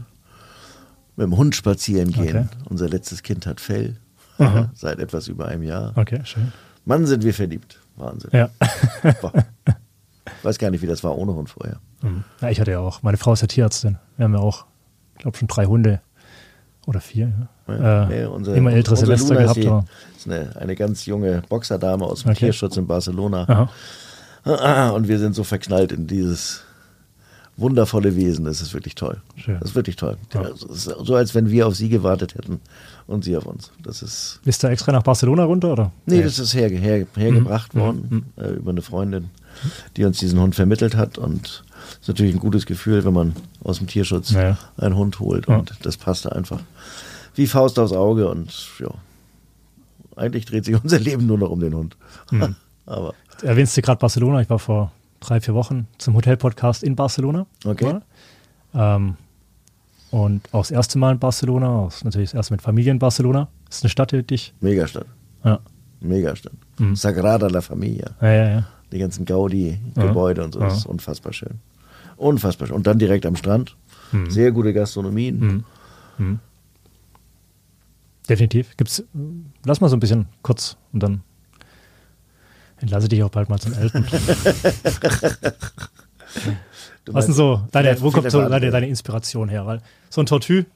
mit dem Hund spazieren gehen.
Okay.
Unser letztes Kind hat Fell. Seit etwas über einem Jahr.
Okay, schön.
Mann, sind wir verliebt. Wahnsinn.
Ja. (laughs)
Boah. Weiß gar nicht, wie das war ohne Hund vorher.
Mhm. Ja, ich hatte ja auch. Meine Frau ist ja Tierärztin. Wir haben ja auch, ich glaube, schon drei Hunde oder vier. Ja.
Nee,
Äh,
unsere-
immer ältere
unsere
Silvester
Luna
gehabt.
Ist,
aber,
die, ist eine, eine ganz junge Boxerdame aus dem
Okay.
Tierschutz in Barcelona. (laughs)
aha.
Und wir sind so verknallt in dieses wundervolle Wesen. Das ist wirklich toll.
Schön.
Das ist wirklich toll. Also,
Ja.
Es ist so, als wenn wir auf sie gewartet hätten und sie auf uns. Das ist.
Bist du extra nach Barcelona runter, oder?
Nee, das ist her, her, hergebracht
Mhm.
worden äh, über eine Freundin, die uns diesen Hund vermittelt hat. Und es ist natürlich ein gutes Gefühl, wenn man aus dem Tierschutz
Ja.
einen Hund holt. Und das passte einfach wie Faust aufs Auge. Und ja, eigentlich dreht sich (laughs) unser Leben nur noch um den Hund.
Mhm.
(laughs) Aber
Erwähnst du gerade Barcelona? Ich war vor drei, vier Wochen zum Hotel-Podcast in Barcelona.
Okay.
Ja. Ähm, und auch das erste Mal in Barcelona, auch natürlich das erste Mal mit Familie in Barcelona. Ist eine Stadt, die dich.
Megastadt,
Ja,
Megastadt.
Mhm.
Sagrada la Familia.
ja, ja. ja.
Die ganzen Gaudi-Gebäude und so. Das ist unfassbar schön. Unfassbar schön. Und dann direkt am Strand.
Mhm.
Sehr gute Gastronomien.
Definitiv. Gibt's, äh, lass mal so ein bisschen kurz und dann entlasse dich auch bald mal zum
(laughs)
Eltern.
Du
Was denn
meinst-
so deine,
Viele-
wo kommt
viele
so
Waren-
deine, deine Inspiration her? Weil so ein Tortue,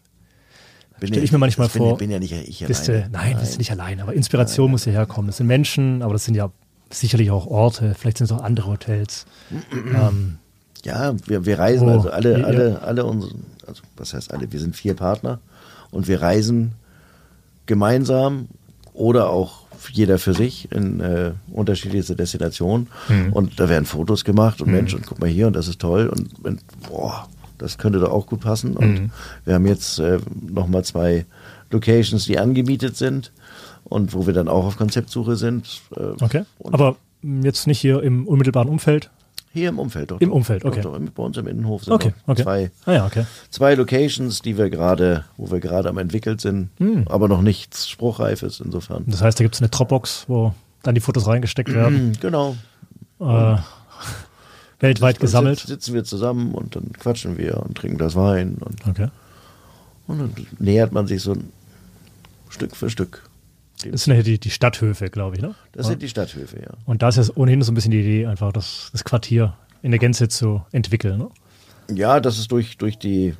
Bin
Stell ich mir manchmal
das bin,
vor,
Bin ja nicht ich
bist du,
alleine.
nein, bist du nicht allein, aber Inspiration muss ja herkommen. Das sind Menschen, aber das sind ja sicherlich auch Orte, vielleicht sind es auch andere Hotels. ähm,
Ja, wir, wir reisen,
Oh,
also alle,
ja.
alle, alle unsere, also was heißt alle, wir sind vier Partner und wir reisen gemeinsam oder auch jeder für sich in äh, unterschiedlichste Destinationen
Hm.
und da werden Fotos gemacht und Mensch und guck mal hier und das ist toll und, und boah, das könnte doch auch gut passen und
Hm.
wir haben jetzt äh, nochmal zwei Locations, die angemietet sind und wo wir dann auch auf Konzeptsuche sind. äh,
Okay.
und-
Aber mh, jetzt nicht hier im unmittelbaren Umfeld.
hier im Umfeld, doch.
Im
doch.
Umfeld,
Doch,
okay.
Doch, bei uns im Innenhof sind
Okay,
noch
okay.
zwei,
Ah ja, okay.
zwei Locations, die wir gerade, wo wir gerade am entwickelt sind,
Hm.
aber noch nichts Spruchreifes insofern.
Das heißt, da gibt es eine Dropbox, wo dann die Fotos reingesteckt werden.
Hm, Genau.
äh, (laughs) weltweit
Dann sitz-
gesammelt.
Sitzen wir zusammen und dann quatschen wir und trinken das Wein und,
Okay.
und dann nähert man sich so ein Stück für Stück.
Das sind ja die, die Stadthöfe, glaube ich, ne?
Das sind die Stadthöfe, ja.
Und da ist ja ohnehin so ein bisschen die Idee, einfach das, das Quartier in der Gänze zu entwickeln. Ne?
Ja, das ist durch, durch, die,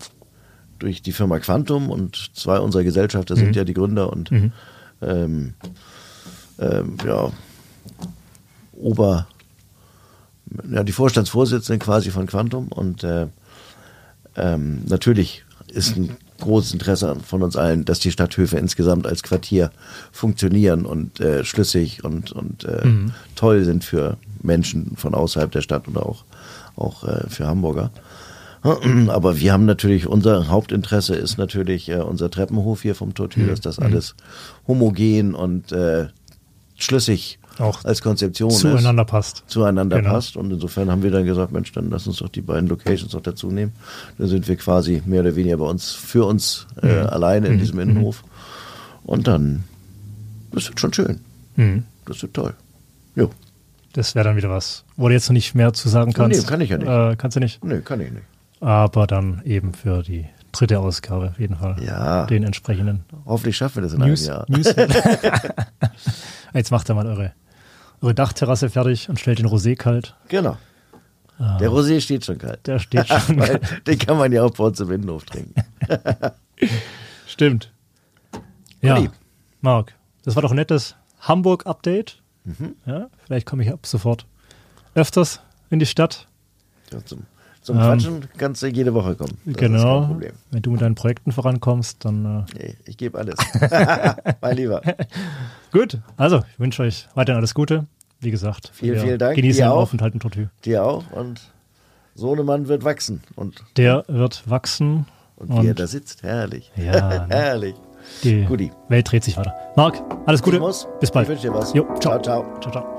durch die Firma Quantum und zwei unserer Gesellschafter
Mhm.
sind ja die Gründer und ähm, ähm, ja, Ober, ja, die Vorstandsvorsitzende quasi von Quantum und äh, ähm, natürlich ist ein großes Interesse an- von uns allen, dass die Stadthöfe insgesamt als Quartier funktionieren und äh, schlüssig und, und äh, toll sind für Menschen von außerhalb der Stadt oder auch, auch äh, für Hamburger. (clears throat) Aber wir haben natürlich, unser Hauptinteresse ist natürlich äh, unser Treppenhof hier vom Tortue, dass das alles homogen und äh, schlüssig
Auch
als Konzeption ist
Zueinander passt.
zueinander
Genau.
passt. Und insofern haben wir dann gesagt, Mensch, dann lass uns doch die beiden Locations noch dazu nehmen. Dann sind wir quasi mehr oder weniger bei uns, für uns
Mhm.
äh, alleine in diesem Innenhof. Und dann, das wird schon schön.
Mhm.
Das wird toll. Jo,
Das wäre dann wieder was, wo du jetzt noch nicht mehr zu sagen kannst.
nee, kann ich ja nicht.
Äh, kannst du nicht.
nee, kann ich nicht.
Aber dann eben für die dritte Ausgabe auf jeden Fall.
Ja.
Den entsprechenden
Hoffentlich schaffen wir das in
News.
einem Jahr.
News. (laughs) jetzt macht ihr mal eure, eure Dachterrasse fertig und stellt den Rosé kalt.
Genau. Der Rosé steht schon kalt.
Ah. Der
(laughs)
steht schon.
Weil den kann man ja auch bei uns im
(laughs)
Innenhof trinken.
Stimmt. Ja,
Olli.
Marc, das war doch ein nettes Hamburg-Update.
Mhm.
Ja, vielleicht komme ich ab sofort öfters in die Stadt.
Ja, zum zum Quatschen kannst du jede Woche kommen. Das Ist
Ähm. genau.
kein Problem.
Wenn du mit deinen Projekten vorankommst, dann äh,
Nee, ich gebe alles. (laughs) mein Lieber.
gut. Also, ich wünsche euch weiterhin alles Gute. Wie gesagt,
Vielen,
wir
vielen Dank.
Genießen
Dir
den
auch.
Aufenthalt in Tortue.
Dir auch. Und Sohnemann wird wachsen. Und,
Der wird wachsen
und, wie er da sitzt, herrlich.
Ja, ne?
(laughs) herrlich.
die
Guti.
Welt dreht sich weiter. Marc, alles Gute.
Servus.
Bis bald.
Ich wünsche dir was.
Jo, ciao.
Ciao, ciao.
ciao, ciao.